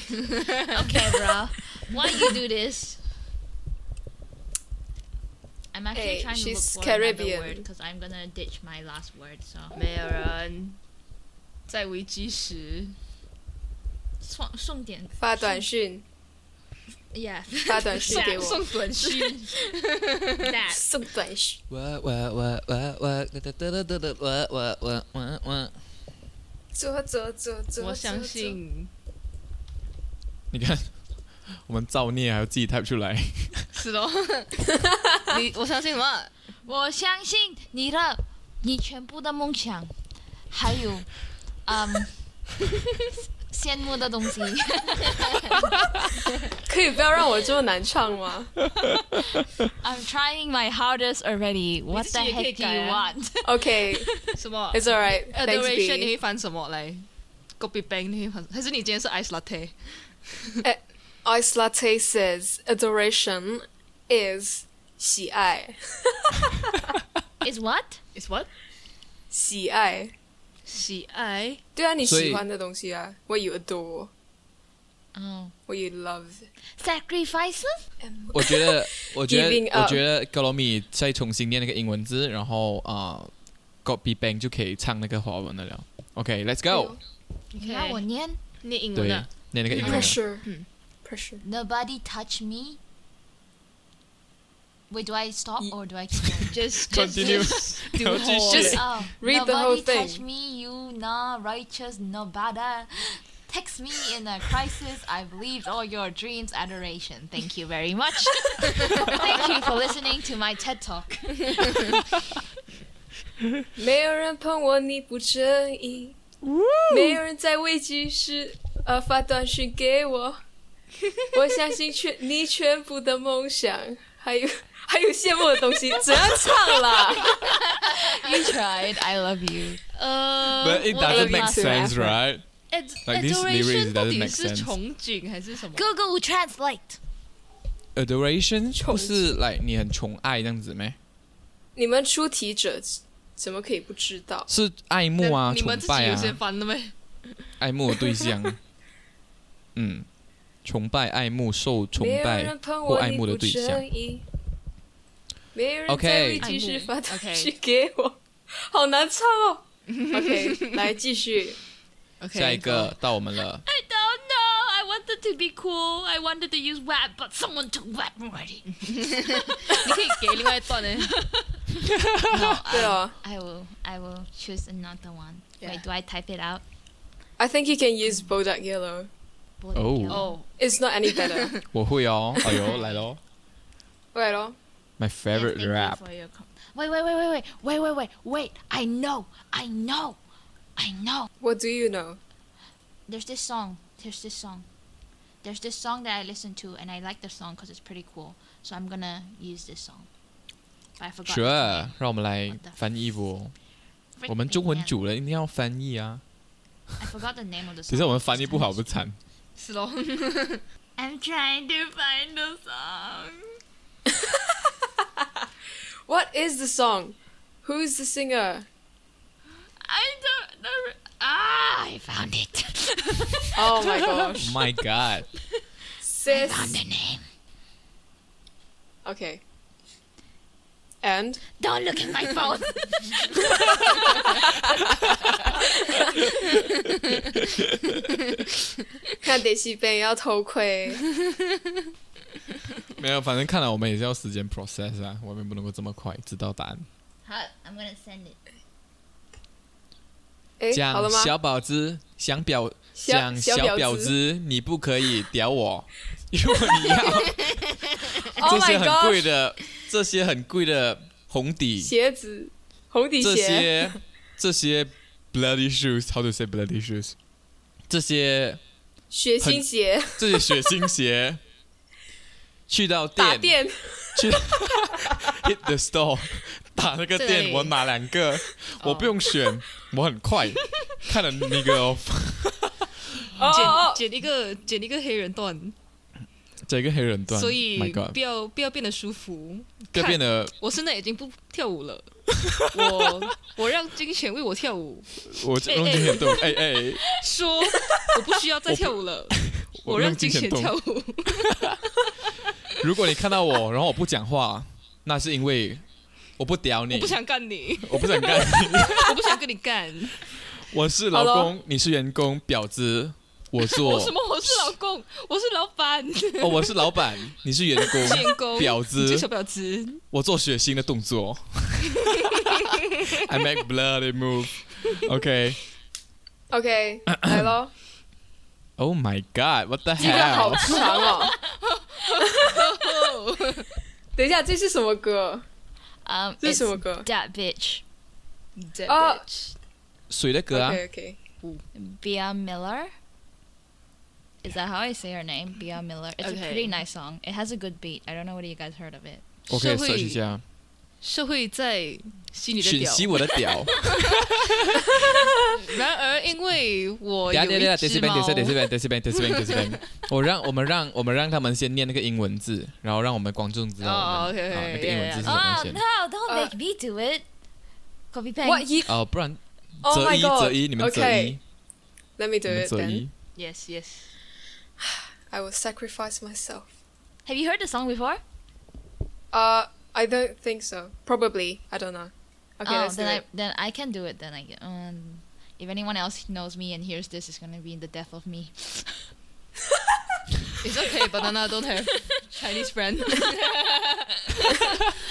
Speaker 2: okay, bro, why you do this? I'm actually
Speaker 4: Hey,
Speaker 2: trying to look
Speaker 4: she's
Speaker 2: for
Speaker 4: Caribbean.
Speaker 2: another word because I'm gonna ditch my last word. So
Speaker 3: 没有人在危机时，
Speaker 2: 送送点
Speaker 4: 发短讯，
Speaker 2: ，yeah，
Speaker 4: 发短讯给我，
Speaker 3: 送 短信，
Speaker 2: that
Speaker 4: 送短讯。
Speaker 1: 我我我我我哒哒哒哒哒我我我我我。
Speaker 4: 左左左左，
Speaker 3: 我相信
Speaker 1: 你看，我们造孽还要自己 type 出来。
Speaker 3: 是 的。你我相信什么？
Speaker 2: 我相信你的，你全部的梦想，还有， 嗯，羡慕的东西。
Speaker 4: 可以不要让我这么难唱 吗
Speaker 2: I'm trying my hardest already. What the
Speaker 3: 你自己也可以
Speaker 2: heck do you
Speaker 3: 改啊
Speaker 2: want?
Speaker 4: ？OK，It's
Speaker 3: 什么
Speaker 4: alright。
Speaker 3: adoration？你
Speaker 4: Thanks
Speaker 3: 会翻什么来？Copy bank 你会翻？还是你今天是 ice latte？
Speaker 4: B。Ice Latte says adoration is 喜爱，
Speaker 2: Is what?
Speaker 3: Is what？
Speaker 4: 喜爱。
Speaker 3: 喜爱
Speaker 4: 对啊，你
Speaker 1: 所以
Speaker 4: 喜欢的东西啊，What you adore,
Speaker 2: Oh,
Speaker 4: what you love。
Speaker 2: sacrifices.
Speaker 1: 我觉得，我觉
Speaker 4: Giving
Speaker 1: 得，我
Speaker 4: up
Speaker 1: 觉得格罗米再重新念那个英文字，然后啊、g o d be bang 就可以唱那个华文的了。OK，Let's、go，
Speaker 3: ，OK，
Speaker 2: 你看我念
Speaker 3: 念英
Speaker 1: 对，
Speaker 3: 文
Speaker 1: 念
Speaker 4: 嗯
Speaker 3: 啊，
Speaker 1: 那个英文的。
Speaker 4: Pressure，
Speaker 3: 嗯
Speaker 4: pressure。
Speaker 2: Nobody touch me. Wait, do I stop
Speaker 4: Ye-
Speaker 2: or do I keep going?
Speaker 3: Just
Speaker 1: Continue.
Speaker 3: just- just do
Speaker 1: 然后继
Speaker 3: whole-
Speaker 1: 续
Speaker 4: Just-
Speaker 2: Oh,
Speaker 4: Read
Speaker 2: nobody
Speaker 4: the whole
Speaker 2: touch
Speaker 4: thing.
Speaker 2: me, you nah righteous nobada. Text me in a crisis. I believed all your dreams, adoration. Thank you very much. Thank you for listening to my TED talk.
Speaker 4: 没有人碰我，你不正义。没有人在危机时呃发短信给我。我相信全你全部的梦想，还有还有羡慕的东西，怎样唱啦？
Speaker 2: You tried. I love you.
Speaker 3: 呃，
Speaker 1: But it
Speaker 3: 我
Speaker 1: doesn't make
Speaker 4: love you
Speaker 1: sense,
Speaker 4: forever.
Speaker 1: right?
Speaker 3: Ad-
Speaker 1: Like, these lyrics doesn't
Speaker 3: adoration 到底
Speaker 1: make
Speaker 3: 是
Speaker 1: sense.
Speaker 3: 憧憬还是什么？
Speaker 2: Google Translate.
Speaker 1: Adoration
Speaker 4: 宠
Speaker 1: 不是 like 你很宠爱这样子咩？
Speaker 4: 你们出题者怎么可以不知道？
Speaker 1: 是爱慕啊，
Speaker 3: 你
Speaker 1: 崇
Speaker 3: 们自己
Speaker 1: 拜
Speaker 3: 有先
Speaker 1: 啊，
Speaker 3: 翻了没？
Speaker 1: 爱慕的对 象。嗯，崇拜、爱慕、受崇
Speaker 4: 没有
Speaker 1: 拜
Speaker 4: 人。碰
Speaker 1: 或
Speaker 4: 我，
Speaker 1: 爱
Speaker 4: 你
Speaker 1: 慕的
Speaker 4: 不
Speaker 1: 对象
Speaker 4: 正义。没有人
Speaker 1: OK
Speaker 4: 在危机时发短信给我，好难唱哦。OK，来继续。
Speaker 3: OK，
Speaker 1: 下一个到我们了。
Speaker 2: I don't know. I wanted to be cool. I wanted to use web, but someone took web already.
Speaker 3: 你可以给另外一段呢。
Speaker 2: no,
Speaker 4: 对
Speaker 2: I,
Speaker 4: 哦
Speaker 2: I will. I will choose another one.
Speaker 3: Yeah.
Speaker 2: Wait, do I type it out?
Speaker 4: ，I think you can use Bodak Yellow.
Speaker 2: Boy,
Speaker 1: Oh.
Speaker 2: yeah.
Speaker 3: 哦，
Speaker 4: It's not any better.
Speaker 1: 我会哦，哎呦，来喽
Speaker 4: 对咯，
Speaker 1: ，My
Speaker 2: Yes,
Speaker 1: favorite
Speaker 2: thank you
Speaker 1: rap。
Speaker 2: for your com- Wait, wait, wait, wait, wait, wait, wait, wait, wait. I know. I know. I know.
Speaker 4: What do you know?
Speaker 2: There's this song. There's this song. There's this song that I listen to, and I like the song because it's pretty cool. So I'm gonna use this song. But I forgot.
Speaker 1: Sure，让我们来
Speaker 2: What the-
Speaker 1: 翻译不？
Speaker 2: Freaking
Speaker 1: 我们中文
Speaker 2: hell.
Speaker 1: 组了，一定要翻译啊！
Speaker 2: I forgot the name of the song.
Speaker 1: 其实我们翻译不好不惨。
Speaker 3: 是咯。
Speaker 2: I'm trying to find the song.
Speaker 4: What is the song? Who's the singer?
Speaker 2: I don't know. Ah, I found it.
Speaker 4: Oh my gosh.
Speaker 1: My God，
Speaker 2: I found
Speaker 4: Sis.
Speaker 2: the name.
Speaker 4: Okay. And
Speaker 2: Don't look at my phone.
Speaker 4: 看得西贝要偷窥。
Speaker 1: 没有，反正看来我们也是要时间 process 啊，我们不能够这么快知道答案。
Speaker 2: 好，I'm gonna send it.
Speaker 4: 哎，好
Speaker 1: 讲
Speaker 4: 了吗？
Speaker 1: 小宝子想表
Speaker 4: 小
Speaker 1: 讲
Speaker 4: 小婊
Speaker 1: 婊
Speaker 4: 子
Speaker 1: 子，你不可以屌 我，如果你要
Speaker 4: Oh
Speaker 1: 这些
Speaker 4: my
Speaker 1: 很
Speaker 4: god！
Speaker 1: 贵的，这些很贵的红底，
Speaker 4: 鞋子，红底
Speaker 1: 这
Speaker 4: 鞋，
Speaker 1: 些这些 bloody shoes，how to say bloody shoes，这些
Speaker 4: 血腥鞋，
Speaker 1: 这些血腥 鞋，去到
Speaker 4: 打
Speaker 1: 店
Speaker 4: 店，
Speaker 1: 去 hit the store，打那个
Speaker 3: 对
Speaker 1: 店，我哪两个？我不用选，我很快看了那个哦，
Speaker 4: 哦哦，
Speaker 3: 剪剪一个剪一个黑人段，
Speaker 1: 整个黑人段，
Speaker 3: 所以
Speaker 1: my god，
Speaker 3: 不要不要变得舒服，
Speaker 1: 就变得
Speaker 3: 我现在已经不跳 舞了，我我让金钱为我跳舞，
Speaker 1: 我
Speaker 3: 哎
Speaker 1: 用金钱动，哎 哎，
Speaker 3: 说我不需要再跳舞 了，我让
Speaker 1: 用
Speaker 3: 金
Speaker 1: 金
Speaker 3: 钱
Speaker 1: 钱
Speaker 3: 跳
Speaker 1: 动。
Speaker 3: 舞。
Speaker 1: 如果你看到我，然后我不讲话，那是因为我不屌
Speaker 3: 我
Speaker 1: 你
Speaker 3: 不，想干 你，
Speaker 1: 我不想干你，
Speaker 3: 我不想跟你干。
Speaker 1: 我是老公，你是员工，婊子，我做
Speaker 3: 我什么？我是老公，我是老 板，员
Speaker 1: 哦，我是老板，你是员工，
Speaker 3: 工，
Speaker 1: 婊
Speaker 3: 你这
Speaker 1: 子
Speaker 3: 小，婊子。
Speaker 1: 我做血腥的动 作，I make bloody move。OK。
Speaker 4: OK，来咯，
Speaker 1: Oh my god! What the
Speaker 4: 这个好
Speaker 1: hell?
Speaker 4: 长哦。 等一下，这是什么歌？
Speaker 2: Um,
Speaker 4: 这是
Speaker 2: it's
Speaker 4: 什么歌
Speaker 2: that bitch
Speaker 4: 哦
Speaker 1: 谁的歌啊
Speaker 4: ？OK OK，
Speaker 2: Bia Miller. Is that how I say her name? Bia Miller. It's a
Speaker 3: Okay.
Speaker 2: pretty nice song. It has a good beat. I don't know whether you guys heard of it.
Speaker 1: 我可以
Speaker 3: 社会
Speaker 1: search 一下，
Speaker 3: 社会在吸你的
Speaker 1: 吮
Speaker 3: 屌，
Speaker 1: 吸我的屌。
Speaker 3: 然而因为 我
Speaker 1: 等
Speaker 3: 有
Speaker 1: 一下等一下等一下
Speaker 3: 一只
Speaker 1: 等
Speaker 3: 猫
Speaker 1: 一，下等一下等一下等一下等一下等一下等一 下，我让我们让我们让他们先念那个英文字，然后让我们观众知道
Speaker 3: 哦
Speaker 1: 我们
Speaker 3: ，OK，OK，啊
Speaker 1: 啊那个英文字是什
Speaker 3: yeah，yeah
Speaker 1: 么
Speaker 2: Oh
Speaker 1: 先。
Speaker 2: no! Don't
Speaker 4: Uh,
Speaker 2: make me do it. Copy
Speaker 4: 我
Speaker 2: paste.
Speaker 4: 一
Speaker 1: 哦，不然
Speaker 4: Oh
Speaker 1: 择
Speaker 4: my
Speaker 1: 一
Speaker 4: god！
Speaker 1: 择一，你们择一，
Speaker 4: Let me do
Speaker 1: 你们
Speaker 4: it
Speaker 1: 择
Speaker 4: then.
Speaker 1: 一。
Speaker 3: Yes Yes，
Speaker 4: I will sacrifice myself.
Speaker 2: Have you heard the song before?
Speaker 4: Uh, I don't think so. Probably. I don't know. Okay,
Speaker 2: oh,
Speaker 4: let's do
Speaker 2: then I
Speaker 4: it.
Speaker 2: then I can do it. Then I um, if anyone else knows me and hears this, it's gonna be the death of me.
Speaker 3: It's okay, banana don't have Chinese friend.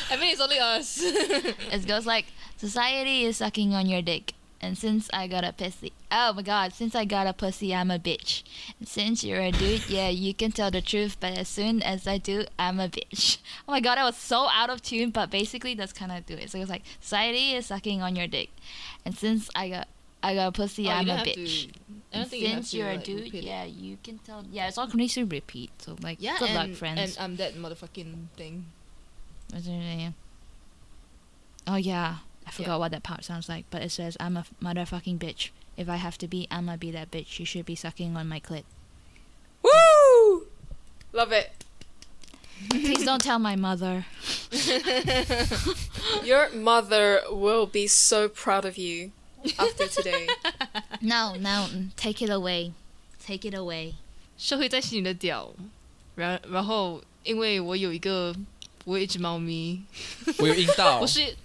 Speaker 3: I mean, it's only us.
Speaker 2: It goes like society is sucking on your dick. And since I got a pussy, oh my god, since I got a pussy, I'm a bitch. And since you're a dude, yeah, you can tell the truth, but as soon as I do, I'm a bitch. Oh my god, I was so out of tune, but basically that's kind of do it. So it's like society is sucking on your dick. And since I got I got a pussy,
Speaker 3: Oh, you
Speaker 2: I'm a
Speaker 3: don't have to- I
Speaker 2: bitch.
Speaker 3: don't
Speaker 2: And
Speaker 3: think you have
Speaker 2: since
Speaker 3: to,
Speaker 2: you're a
Speaker 3: like,
Speaker 2: dude,
Speaker 3: repeat it.
Speaker 2: yeah, you can tell. Yeah, it's all continuously repeat. So like,
Speaker 3: Yeah,
Speaker 2: good
Speaker 3: and,
Speaker 2: luck, friends.
Speaker 3: And I'm that motherfucking thing.
Speaker 2: What's her name? Oh yeah, I forgot what that part sounds like, but it says I'm a f- motherfucking bitch. If I have to be, I'ma be that bitch. You should be sucking on my clit.
Speaker 4: Woo! Love it.
Speaker 2: Please don't tell my mother.
Speaker 4: Your mother will be so proud of you after today.
Speaker 2: No, no, mm, take it away, take it away.
Speaker 3: 社会在吸你的屌，然然后因为我有一个，我有一只猫咪，
Speaker 1: 我有阴道
Speaker 3: 我，是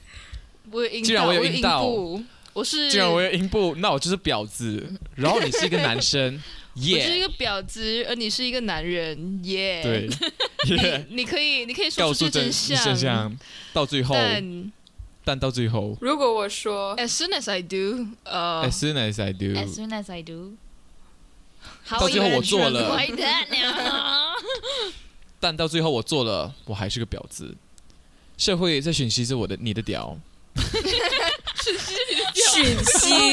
Speaker 3: 我有阴
Speaker 1: 哦既然我有
Speaker 3: 阴
Speaker 1: 阴道
Speaker 3: 部，我是
Speaker 1: 既然我有阴部，那我就是婊子。然后你是一个男 生，
Speaker 3: 我是一
Speaker 1: 耶，
Speaker 3: 个婊子，而你是一个男人，耶、
Speaker 1: 对， 耶，
Speaker 3: 你 你可以你可以说
Speaker 1: 告
Speaker 3: 出
Speaker 1: 诉
Speaker 3: 这
Speaker 1: 真
Speaker 3: 相，
Speaker 1: 真相，到最后，
Speaker 3: 但
Speaker 1: 但到最后
Speaker 4: 如果我说
Speaker 3: as soon as I do，呃、
Speaker 1: 哦，as soon as I do，
Speaker 2: As soon as I do. How
Speaker 1: 到
Speaker 2: are
Speaker 1: 最
Speaker 2: you
Speaker 1: 后
Speaker 2: gonna
Speaker 1: 我做
Speaker 2: translate
Speaker 1: 了，
Speaker 2: that now?
Speaker 1: 但到最后我做了，我还是个婊子。社会在吮吸着我的你的屌，
Speaker 4: 吮吸，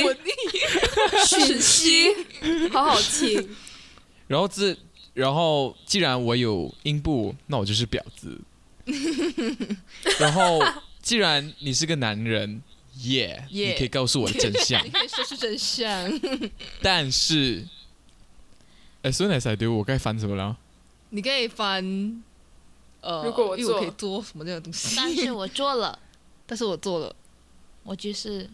Speaker 4: 吮吸，好好听。
Speaker 1: 然后自然后既然我有阴部，那我就是婊 子。然后既然你是个男人，耶、
Speaker 3: Yeah。
Speaker 1: 你可以告诉我真相
Speaker 3: 可以说出真相。
Speaker 1: 但是，as soon as I do，我该翻什么了？
Speaker 3: 你可以翻，呃，
Speaker 4: 如果我
Speaker 3: 因为
Speaker 4: 做
Speaker 3: 可以做什么这种东西，
Speaker 2: 但是我做了，
Speaker 3: 但是我做了，
Speaker 2: 我就是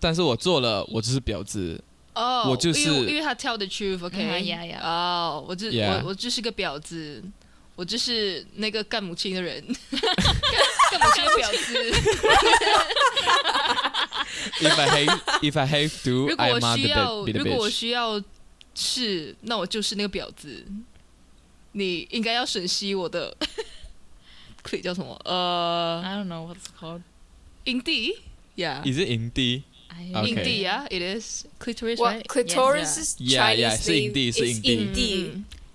Speaker 1: 但是我做了，我就是婊子。
Speaker 3: 哦，
Speaker 1: 我就是
Speaker 3: 因为因为他 tell the truth，OK，、
Speaker 2: 嗯呀呀
Speaker 3: 哦，我就
Speaker 1: Yeah
Speaker 3: 我我就是个婊子，我就是那个干母亲 的人，干干母亲的婊子。
Speaker 1: If I have if I have
Speaker 3: 如
Speaker 1: to，
Speaker 3: 果
Speaker 1: I
Speaker 3: 我
Speaker 1: m a
Speaker 3: 需
Speaker 1: t
Speaker 3: 要，
Speaker 1: h e
Speaker 3: 如果我
Speaker 1: bitch。
Speaker 3: 需要是，那我就是那个婊子。你应该要吮吸我的， 可以叫什么？呃，
Speaker 4: 啊
Speaker 2: I don't know what's called.
Speaker 3: 营地呀
Speaker 1: Is it in D？ Okay.
Speaker 3: 印地啊，it is clitoris
Speaker 4: What
Speaker 3: right？嗯
Speaker 4: clitoris is
Speaker 1: Yeah, yeah,
Speaker 4: Chinese
Speaker 1: 是印地
Speaker 4: name.
Speaker 1: 是
Speaker 4: It's
Speaker 1: 印地
Speaker 4: 印地。
Speaker 2: Mm.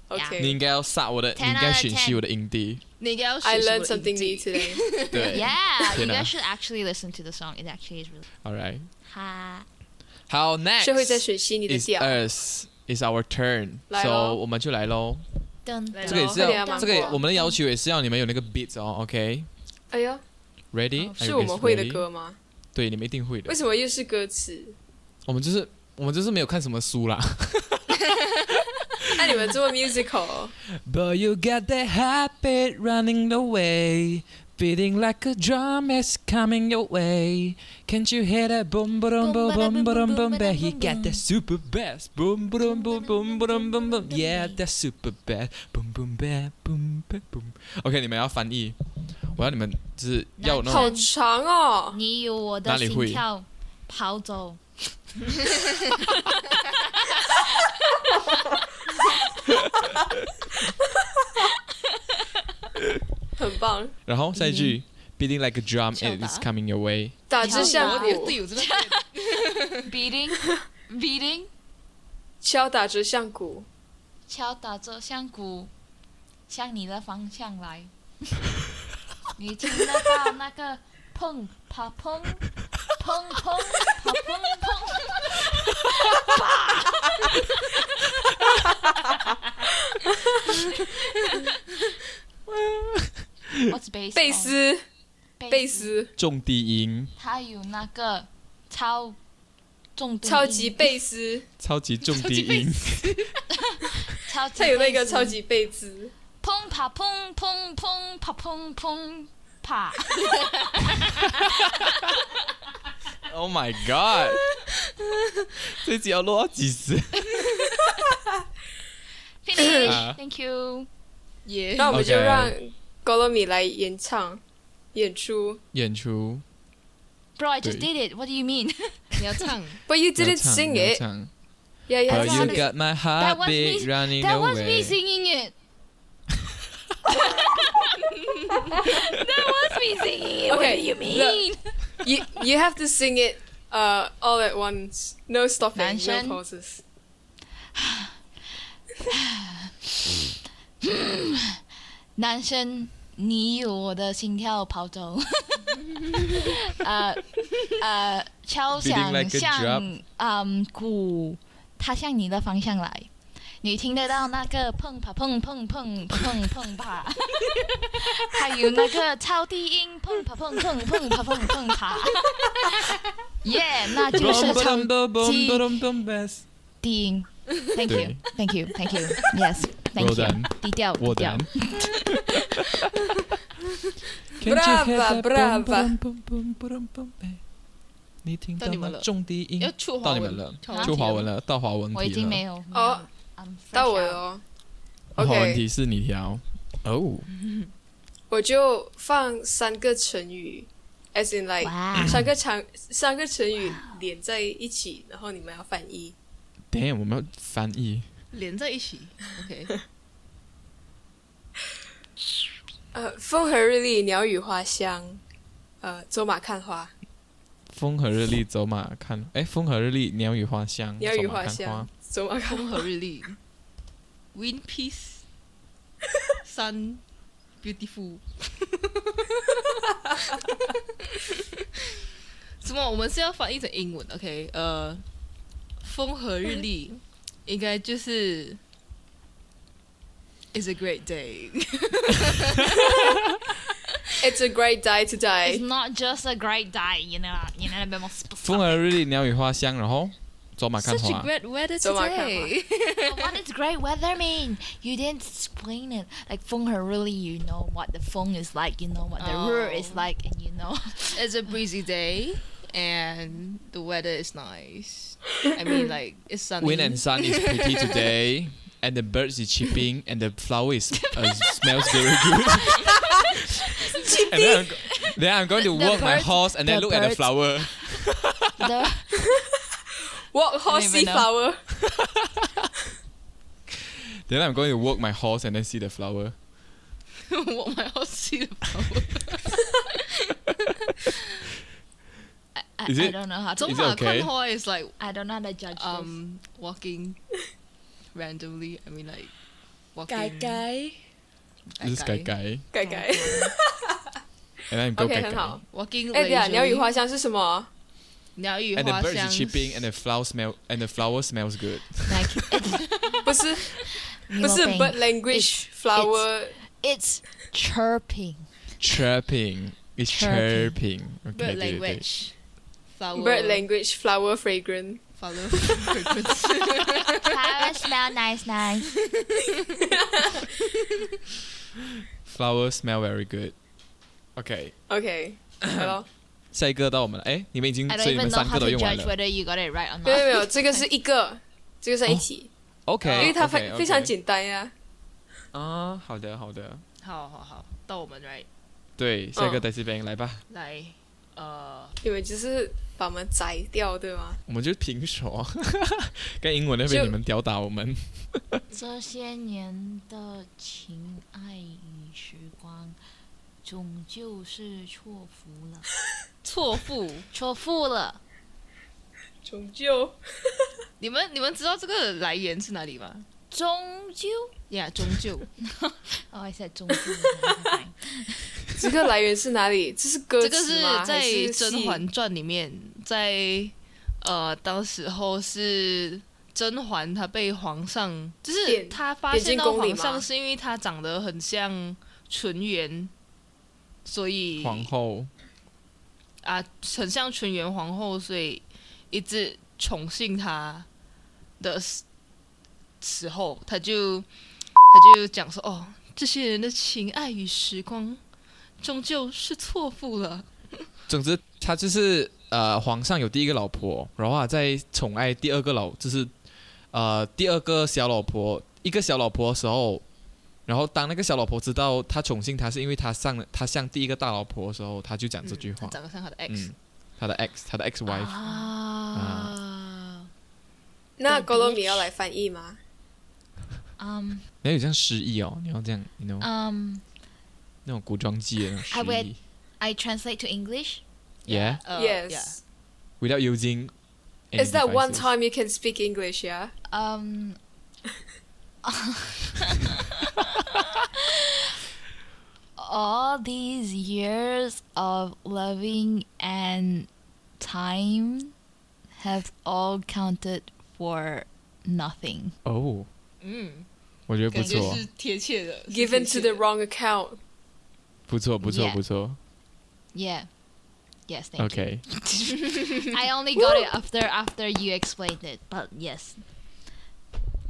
Speaker 2: Yeah.
Speaker 1: 你
Speaker 4: OK.
Speaker 1: 应该要杀我的，你
Speaker 2: 10
Speaker 1: 应该选
Speaker 2: out of
Speaker 1: 系我的影 帝。
Speaker 3: 你应该要
Speaker 4: I
Speaker 3: 学什么
Speaker 4: learned something
Speaker 3: 印
Speaker 4: new
Speaker 3: 地
Speaker 4: today.
Speaker 1: 对
Speaker 2: Yeah, you
Speaker 1: Tina.
Speaker 2: guys should actually listen to the song. It actually is really
Speaker 1: ，All right，
Speaker 2: ha.
Speaker 1: 好，Next
Speaker 4: 社会在吮吸你的
Speaker 1: is
Speaker 4: 屌。
Speaker 1: us is our turn，
Speaker 4: 来
Speaker 1: so
Speaker 4: 咯
Speaker 1: 我们就来喽。
Speaker 2: Dun,
Speaker 3: 来
Speaker 1: 这个也
Speaker 3: 咯
Speaker 1: 是
Speaker 4: 快点
Speaker 1: 要，
Speaker 4: 啊芒
Speaker 1: 这个
Speaker 4: 果
Speaker 1: 我们的要求也是要你们有那个 beat 哦，OK，Ready？
Speaker 4: 哎呀，是我们会的，歌吗？
Speaker 1: 对，你们一定会的
Speaker 4: 为。什么又是歌词？
Speaker 1: 我们就是我们就是没有看什么书啦。
Speaker 4: 那你们做 musical，哦
Speaker 1: But you got that habit running away, beating like a drum is coming your way. Can't you hear that boom boom boom boom boom boom boom? He got that super bass, boom boom boom boom boom boom boom. Yeah, that super bass, boom boom bass, boom boom boom. OK，你们要翻译，我要你们就是要有那
Speaker 4: 好
Speaker 1: 种
Speaker 4: 长
Speaker 2: um,
Speaker 4: 哦。
Speaker 1: 哪里会？
Speaker 2: 你有我的心跳跑走。
Speaker 4: 很棒，
Speaker 1: 然后下一句，beating like a drum it is coming your way。
Speaker 4: 打之下
Speaker 3: 我的
Speaker 4: 鼓，
Speaker 3: 队友 真的
Speaker 2: beating beating
Speaker 4: 敲打着像鼓，
Speaker 2: 敲打着像鼓，向你的方向来。 你听得到那个砰啪砰砰砰啪砰砰？What's bass？
Speaker 4: 贝斯，
Speaker 2: on？
Speaker 4: 贝，斯，
Speaker 1: 重低音，
Speaker 2: 它有那个超重低音
Speaker 4: 超级贝斯，
Speaker 1: 超级重低音，
Speaker 2: 超级
Speaker 4: 它有那个
Speaker 2: 贝斯
Speaker 4: 超级贝斯。
Speaker 2: 砰啪砰砰砰啪砰砰啪。
Speaker 1: Oh my god！这集要录到几时
Speaker 2: Finish.
Speaker 4: Uh-huh.
Speaker 1: Ah.
Speaker 2: Thank you.
Speaker 3: 也
Speaker 4: 那我们就
Speaker 1: OK
Speaker 4: 让 Golomi 来演唱、演出。
Speaker 1: 演出？
Speaker 2: Bro, I just
Speaker 1: Three.
Speaker 2: did it. What do you mean?
Speaker 3: 你要唱
Speaker 4: But you
Speaker 1: 要
Speaker 4: didn't
Speaker 1: 唱
Speaker 4: sing
Speaker 1: 要
Speaker 4: it.
Speaker 1: 唱
Speaker 4: Yeah, yeah.
Speaker 1: But
Speaker 2: That's
Speaker 1: you
Speaker 2: not it.
Speaker 1: got my
Speaker 2: 哎 That was
Speaker 1: heartbeat
Speaker 2: me-
Speaker 1: running
Speaker 2: that
Speaker 1: away.
Speaker 2: was me singing it. that was me singing it. What
Speaker 4: Okay,
Speaker 2: do you
Speaker 4: look.
Speaker 2: mean?
Speaker 4: you you have to sing it uh all at once. No stopping, no
Speaker 2: 男生。
Speaker 4: pauses.
Speaker 2: 男生，你有我的心跳 跑走。呃呃，敲
Speaker 1: Beating
Speaker 2: 响
Speaker 1: like a
Speaker 2: 像
Speaker 1: drum.
Speaker 2: 嗯鼓，它向你的方向来。你听得到那个碰啪碰碰碰碰碰啪， 还有那个超低音碰啪碰碰碰啪碰碰啪，耶、那就是超
Speaker 1: Boom, boom, boom,
Speaker 2: T-
Speaker 1: boom, boom, boom,
Speaker 2: 低音。Thank you,
Speaker 1: 对
Speaker 2: thank you, thank you. Yes,
Speaker 1: Well
Speaker 2: thank you.
Speaker 1: done.
Speaker 2: 低调，低
Speaker 1: Well
Speaker 2: 调
Speaker 1: done.。
Speaker 4: Brava, brava.
Speaker 1: 你听到
Speaker 3: 到你们
Speaker 1: 吗？
Speaker 3: 了
Speaker 1: 重低音
Speaker 3: 要出华
Speaker 1: 到你
Speaker 3: 文
Speaker 1: 们了，
Speaker 3: 华文
Speaker 1: 就
Speaker 3: 题
Speaker 1: 华文了，到华文
Speaker 2: 我已
Speaker 1: 题
Speaker 2: 经没
Speaker 1: 了。
Speaker 2: 有。没有
Speaker 4: 哦
Speaker 2: 了，I'm fresh
Speaker 4: 到我
Speaker 2: out
Speaker 4: 了哦。
Speaker 1: 华文
Speaker 4: OK，
Speaker 1: 题是你挑哦，
Speaker 4: 我就放三个成语，as in like
Speaker 2: 哇
Speaker 4: 三个长三个成语连在一起，然后你们要翻译。
Speaker 1: 等一下我们要翻译。
Speaker 3: 连在一起，OK，
Speaker 4: 呃，风和日丽，鸟语花香，呃，走马看花，
Speaker 1: 风和日丽，走马看。哎，风和日丽，鸟语花香。
Speaker 4: 鸟语
Speaker 1: 走马看
Speaker 4: 香，嗯走马看
Speaker 3: 风和日丽，Wind Peace Sun Beautiful。什么？我们是要翻译成英文？OK，呃，风和日丽应该就是 It's a great day。
Speaker 4: It's a great day
Speaker 2: It's
Speaker 4: today.
Speaker 2: not just a great day, you know. You know, a bit more specific.
Speaker 1: 风和日丽，鸟语花香，然后走 马看
Speaker 3: Such a
Speaker 1: 花。
Speaker 3: great weather
Speaker 4: 走马看花
Speaker 3: today。
Speaker 2: But what does great weather mean? You didn't explain it. Like, feng really, you know what the feng is like, you know what the ru is
Speaker 3: Oh.
Speaker 2: like, and you know.
Speaker 3: It's a breezy day and the weather is nice. I mean, like it's sunny.
Speaker 1: Wind and sun is pretty today, and the birds is chirping, and the flower is uh, smells very good. and then I'm, go- then I'm going to
Speaker 2: The- the
Speaker 1: walk my
Speaker 2: birds-
Speaker 1: horse and then
Speaker 2: the
Speaker 1: look at the
Speaker 2: birds-
Speaker 1: flower.
Speaker 2: The,
Speaker 4: Walk horsey
Speaker 2: even know.
Speaker 4: flower.
Speaker 1: Then I'm going to walk my horse and then see the flower.
Speaker 3: what my house see the flower.
Speaker 2: I, I
Speaker 6: I,
Speaker 1: Is
Speaker 6: I
Speaker 1: it-
Speaker 6: don't know how to.
Speaker 1: it
Speaker 3: 中华
Speaker 1: okay?
Speaker 3: 坤花 is like
Speaker 6: I don't know how to judge this.
Speaker 3: um walking randomly. I mean like walking.
Speaker 4: 改改
Speaker 1: 就是改改
Speaker 4: 改 改。
Speaker 1: ，and then go
Speaker 4: OK，
Speaker 1: 改改
Speaker 4: 很好。
Speaker 3: Walking
Speaker 4: 哎，对啊，
Speaker 3: leisurely
Speaker 4: 鸟语花香是什 么？
Speaker 3: 鸟语
Speaker 1: And the
Speaker 3: 花
Speaker 1: birds
Speaker 3: 香
Speaker 1: is chirping, and the flower smell, and the flower smells good.
Speaker 6: Like,
Speaker 4: 不是不是
Speaker 2: Milo
Speaker 4: bird
Speaker 2: Bang.
Speaker 4: language flower
Speaker 2: It's chirping.
Speaker 1: Chirping, it's chirping.
Speaker 2: Chirping.
Speaker 1: OK，
Speaker 3: bird
Speaker 1: 对对对
Speaker 3: language flower
Speaker 4: bird language flower fragrant。
Speaker 3: follow frequency
Speaker 2: Flower smell nice, nice.
Speaker 1: ，flower smell very good. OK，
Speaker 4: OK，好了，
Speaker 1: 下一个到我们了。哎，你们已经
Speaker 2: I，don't
Speaker 1: 所以你
Speaker 2: even
Speaker 1: 们
Speaker 2: know
Speaker 1: 三
Speaker 2: how
Speaker 1: 个都
Speaker 2: to
Speaker 1: 用完
Speaker 2: judge
Speaker 1: 了。
Speaker 2: whether you got it right or
Speaker 4: 没有没
Speaker 2: not.
Speaker 4: 有，这个是一个，这个算一题，
Speaker 1: OK，
Speaker 4: 因为它非
Speaker 1: OK，OK
Speaker 4: 非常简单呀。
Speaker 1: 啊。好的，好的。
Speaker 3: 好好好，到我们 right
Speaker 1: 对，下一个
Speaker 4: 嗯
Speaker 1: Daisy Bang 来吧，
Speaker 3: 来呃
Speaker 4: 你们只是把我们摘掉对吗？
Speaker 1: 我们就平手。跟英文那边
Speaker 4: 就
Speaker 1: 你们吊打我们。
Speaker 2: 这些年的情爱与时光，终究是错付了，
Speaker 3: 错付。
Speaker 2: 错付了。
Speaker 4: 终究
Speaker 3: 你们你们知道这个来源是哪里吗？
Speaker 2: 终究，
Speaker 3: 呀、终究
Speaker 2: 哦，还是终究 never mind。
Speaker 4: 这个来源是哪里？这是歌
Speaker 3: 这个
Speaker 4: 词
Speaker 3: 是
Speaker 4: 吗？
Speaker 3: 在
Speaker 4: 还是
Speaker 3: 《甄
Speaker 4: 戏
Speaker 3: 嬛传》里面，在呃当时候是甄嬛她被皇上，就是
Speaker 4: 贬
Speaker 3: 她发
Speaker 4: 贬
Speaker 3: 现
Speaker 4: 进
Speaker 3: 到
Speaker 4: 宫里
Speaker 3: 皇
Speaker 4: 吗
Speaker 3: 上是因为她长得很像纯元，所以
Speaker 1: 皇后
Speaker 3: 啊，很像纯元皇后，所以一直宠幸她的时时候，他就他就讲说：“哦，这些人的情爱与时光，终究是错付了。
Speaker 1: 总之，他就是呃，皇上有第一个老婆，然后啊，在宠爱第二个老，就是呃第二个小老婆，一个小老婆的时候，然后当那个小老婆知道他宠幸她是因为他上了他像第一个大老婆的时候，他就讲这句
Speaker 3: 他
Speaker 1: 话，
Speaker 3: 长得像他的 X Ah.
Speaker 1: 嗯，他的 ex，他的 ex wife，、
Speaker 2: Ah,
Speaker 4: Ah.
Speaker 3: 啊，
Speaker 4: 那
Speaker 2: 对
Speaker 4: 高罗米要来翻译吗？
Speaker 2: 嗯
Speaker 1: 你要有这样诗意哦，你要这样，你 know、
Speaker 2: 嗯
Speaker 1: 那种古装剧的那种
Speaker 2: I
Speaker 1: 诗
Speaker 2: would-
Speaker 1: 意
Speaker 2: I translate to English.
Speaker 1: ，yeah，without
Speaker 3: 呃
Speaker 4: Yes.
Speaker 1: using any
Speaker 4: Is that one
Speaker 1: devices
Speaker 4: time you can speak English? Yeah.
Speaker 2: Um. All these years of loving and time have all counted for nothing.
Speaker 1: 哦，
Speaker 3: 嗯，
Speaker 1: 我觉得不
Speaker 3: 感觉
Speaker 1: 错
Speaker 3: 是，贴切的
Speaker 4: Given to the wrong account.
Speaker 1: 不错，不错，
Speaker 2: Yeah
Speaker 1: 不错
Speaker 2: Yeah. Yes, thank
Speaker 1: ，OK，
Speaker 2: you. I only got it after after you explained it, but yes.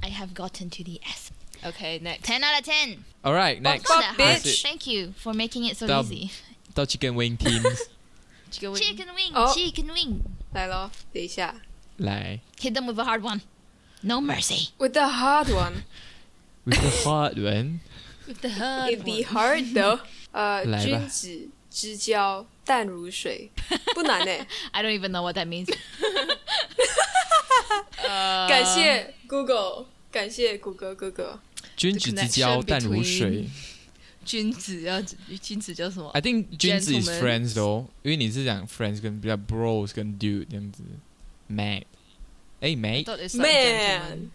Speaker 2: I have gotten to the S.
Speaker 3: OK next，
Speaker 2: 10 out of 10.
Speaker 1: All right, next.
Speaker 4: Fuck,
Speaker 2: That hard.
Speaker 1: That's it.
Speaker 4: bitch.
Speaker 2: Thank you for making it so
Speaker 1: Dub.
Speaker 2: easy.
Speaker 1: 到 Chicken Wing Teams
Speaker 3: 这个
Speaker 2: Chicken wing,
Speaker 4: Oh.
Speaker 2: chicken wing.
Speaker 4: 来咯，等一下。
Speaker 1: 来
Speaker 2: Hit them with a hard one. No mercy.
Speaker 4: With the hard one,
Speaker 1: with the hard one，
Speaker 4: it be hard though. 呃，
Speaker 1: 来吧
Speaker 4: 君子之交淡如水，不难 欸呢。
Speaker 2: I don't even know what that means.
Speaker 3: 呃，
Speaker 4: 感谢 Google，感谢谷歌哥哥。
Speaker 1: 君子之交
Speaker 3: connection
Speaker 1: 淡如水
Speaker 3: between-。君子要君子叫什么
Speaker 1: I think 君子 is
Speaker 3: Gentlemen
Speaker 1: friends 哦，因为你是讲 friends 跟比较 bros 跟 dude 这样子，mate。哎
Speaker 3: ？I
Speaker 1: ，mate
Speaker 3: thought it's like
Speaker 4: Man，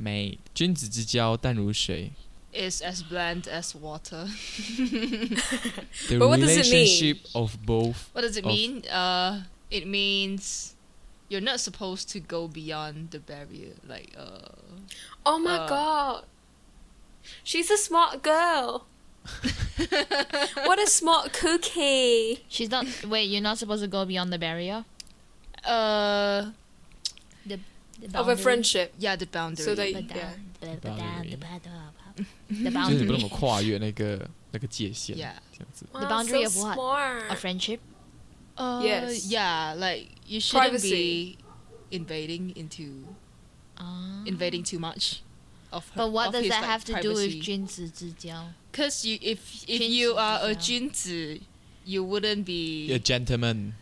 Speaker 1: mate，君子之交淡如水。
Speaker 3: is as bland as water。
Speaker 1: The
Speaker 4: But what does it
Speaker 1: relationship of both
Speaker 3: What does it
Speaker 1: of-
Speaker 3: mean? Uh, it means you're not supposed to go beyond the barrier. Like, uh,
Speaker 4: Oh my
Speaker 2: Uh.
Speaker 4: god. She's a smart girl. what a smart cookie.
Speaker 2: She's not. Wait, you're not supposed to go beyond the barrier.
Speaker 3: uh,
Speaker 2: The
Speaker 4: Of a
Speaker 2: boundary.
Speaker 4: friendship.
Speaker 3: yeah, the boundary.
Speaker 4: So that-
Speaker 2: Ba- da-
Speaker 4: Yeah.
Speaker 2: ba- ba- da-
Speaker 1: Boundary.
Speaker 2: ba- ba- da- ba- The
Speaker 1: 就是你不能
Speaker 2: boundary
Speaker 1: 跨越那个那个界限，
Speaker 3: yeah,
Speaker 1: 这样子。
Speaker 4: Wow,
Speaker 2: The boundary
Speaker 4: so
Speaker 2: of what?
Speaker 4: Smart.
Speaker 2: of friendship.
Speaker 3: uh,
Speaker 4: Yes.
Speaker 3: yeah. Like you shouldn't
Speaker 4: Privacy.
Speaker 3: be invading into
Speaker 2: Ah.
Speaker 3: invading too much. Of her,
Speaker 2: But what
Speaker 3: of
Speaker 2: does
Speaker 3: his,
Speaker 2: that
Speaker 3: like,
Speaker 2: have to do with
Speaker 3: privacy.
Speaker 2: 君子之交?
Speaker 3: Because you, if if you are a 君子, you wouldn't be.
Speaker 1: A gentleman，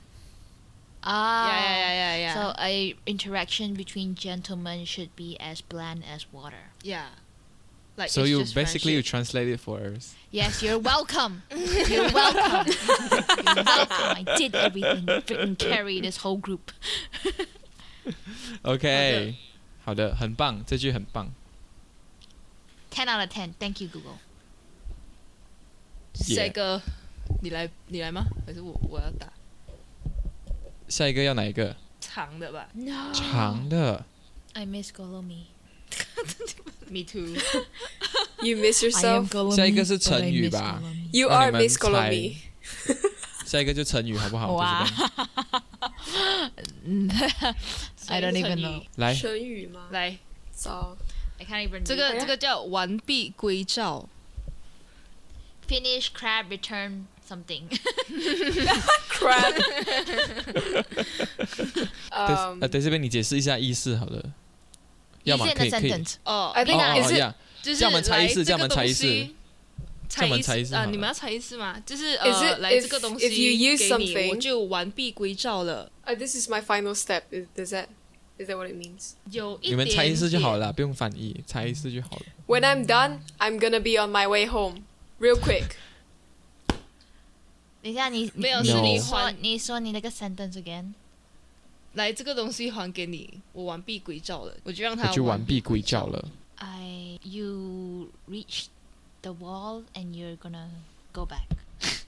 Speaker 2: Ah.
Speaker 3: yeah, yeah, yeah, yeah, yeah.
Speaker 2: So a interaction between gentlemen should be as bland as water.
Speaker 3: yeah. Like
Speaker 1: So
Speaker 3: Uh, it's
Speaker 1: you
Speaker 3: just
Speaker 1: basically you
Speaker 3: friendship.
Speaker 1: translate it for us.
Speaker 2: Yes, you're welcome. You're welcome. You're welcome. I did everything. Freaking carry this whole group.
Speaker 1: OK，好的，很棒，这句很棒。
Speaker 2: Ten out of ten. Thank you, Google.
Speaker 1: 也
Speaker 3: 下一个，你来你来吗？还是我我要打
Speaker 1: 下一个要哪一个？
Speaker 3: 长的吧
Speaker 2: No.
Speaker 1: 长的。
Speaker 2: I miss Golo me.
Speaker 3: ？Me too。
Speaker 4: You miss yourself.
Speaker 2: Golo
Speaker 1: 下一个是成语吧
Speaker 4: You
Speaker 1: 让
Speaker 4: are
Speaker 1: 你们
Speaker 4: Miss
Speaker 1: 猜
Speaker 4: Colombia.
Speaker 1: 下一个就成语好不好？
Speaker 2: 哇
Speaker 1: 就这样
Speaker 2: I don't even know.
Speaker 1: 来，
Speaker 4: 成语吗？
Speaker 3: 来，
Speaker 4: 早
Speaker 2: I can't even.
Speaker 3: 这
Speaker 2: read.
Speaker 3: 个这个叫完璧归赵。
Speaker 2: finish crab return something.
Speaker 4: crab。
Speaker 1: 等
Speaker 3: um，
Speaker 4: 嗯
Speaker 1: 呃，等这边你解释一下意思好了。 要么
Speaker 2: Easy in
Speaker 1: 可
Speaker 2: a
Speaker 1: 以可以。哦
Speaker 2: sentence.
Speaker 3: 哦，
Speaker 4: ，I
Speaker 1: 哦
Speaker 4: think
Speaker 1: 哦
Speaker 4: is it
Speaker 1: 呀，
Speaker 3: 就是
Speaker 1: 这样我们猜一次
Speaker 3: 来
Speaker 1: 这样我们
Speaker 3: 个
Speaker 1: 猜一
Speaker 3: 东
Speaker 1: 次
Speaker 3: 西
Speaker 1: 这样我们猜
Speaker 3: 猜
Speaker 1: 一
Speaker 3: 一
Speaker 1: 次
Speaker 3: 次啊！
Speaker 1: 好
Speaker 3: 你们
Speaker 1: 了
Speaker 3: 要猜一次吗？就是呃
Speaker 4: Is，it
Speaker 3: 来这个
Speaker 4: if-
Speaker 3: 东
Speaker 4: if you
Speaker 3: 西
Speaker 4: use
Speaker 3: 给你，我
Speaker 4: something-
Speaker 3: 就完璧归赵了。
Speaker 4: uh, this is my final step. Is, does that is that what it means?
Speaker 3: 有一
Speaker 1: 你们猜一次就好
Speaker 3: 点点。嗯
Speaker 1: 了，不用翻译，猜一次就好了。
Speaker 4: When I'm done, I'm gonna be on my way home. Real quick.
Speaker 2: 等一下，你-
Speaker 3: 没有，
Speaker 2: 你-
Speaker 1: 是
Speaker 2: 你
Speaker 1: 你
Speaker 2: 说-
Speaker 3: 还-
Speaker 2: 你说你那个 sentence again。
Speaker 3: 来，这个东西还给你，我完璧归赵了，我就让
Speaker 1: 我
Speaker 3: 他
Speaker 1: 就完璧归赵。
Speaker 3: 赵
Speaker 1: 了。
Speaker 2: I you reach the wall and you're gonna go back.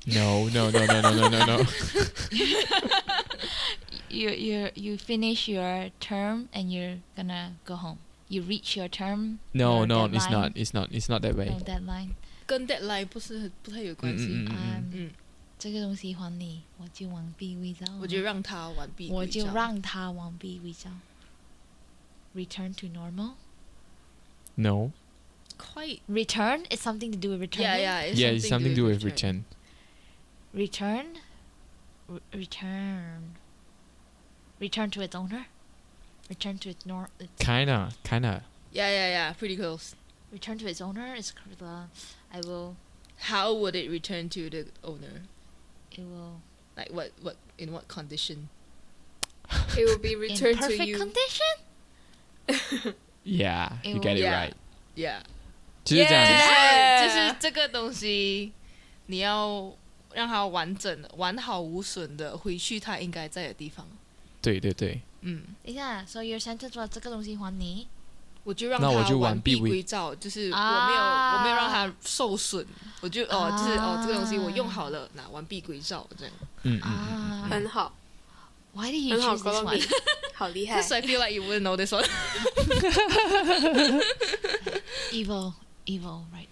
Speaker 1: No no no no no no no no。
Speaker 2: You you you finish your term and you're gonna go home. You reach your term.
Speaker 1: No,
Speaker 2: your
Speaker 1: no, it's
Speaker 2: deadline.
Speaker 1: not. It's not. It's not that way.
Speaker 2: No deadline.
Speaker 3: 跟 deadline 不是很不太有关系
Speaker 1: 嗯嗯，嗯
Speaker 3: 嗯，
Speaker 2: 这个东西还你，我就完璧归赵了。
Speaker 3: 我就让他完璧
Speaker 2: 我
Speaker 3: 归
Speaker 2: 就
Speaker 3: 赵。
Speaker 2: 让他完璧归赵。Return to normal.
Speaker 1: No.
Speaker 3: 快
Speaker 2: Return is something to do with return.
Speaker 3: Yeah, yeah, it's
Speaker 1: Yeah, it's something to do with
Speaker 3: return.
Speaker 1: return.
Speaker 2: Return. Re- return. Return to its owner. Return to its nor. Its,
Speaker 1: Kinda, kinda.
Speaker 3: Yeah, yeah, yeah, pretty close.
Speaker 2: return to its owner is cor- the. I will.
Speaker 3: How would it return to the owner?
Speaker 2: It will.
Speaker 3: Like what, what, in what condition?
Speaker 4: It will be
Speaker 2: in
Speaker 4: returned to
Speaker 2: perfect
Speaker 4: you.
Speaker 2: condition.
Speaker 1: Yeah, you
Speaker 2: Ew.
Speaker 1: get it
Speaker 3: Yeah.
Speaker 1: right.
Speaker 3: Yeah.
Speaker 1: 就是这样子。
Speaker 3: 就是就
Speaker 4: Yeah.
Speaker 3: 是这个东西，你要让它完整、完好无损的回去它应该在的地方。
Speaker 1: 对对对，
Speaker 3: 嗯，
Speaker 2: 等一下，so your sentence was 这个东西还你。
Speaker 3: 我就让
Speaker 1: 那我
Speaker 3: 它
Speaker 1: 就完
Speaker 3: 完
Speaker 1: 璧
Speaker 3: 璧
Speaker 1: 为
Speaker 3: 归赵，就是我没有、
Speaker 2: 啊
Speaker 3: 我没有让它受损，我就哦，就是哦
Speaker 2: 啊，
Speaker 3: 这个东西我用好了，那完璧归赵这样。
Speaker 1: 嗯嗯。
Speaker 2: Ah,
Speaker 4: 很好，
Speaker 2: why did you
Speaker 4: 很好
Speaker 2: choose
Speaker 4: 高
Speaker 2: this
Speaker 4: 到
Speaker 2: one?
Speaker 4: 你， 好厉害
Speaker 3: Cause。I feel like you wouldn't know this one.
Speaker 2: Evil, evil, right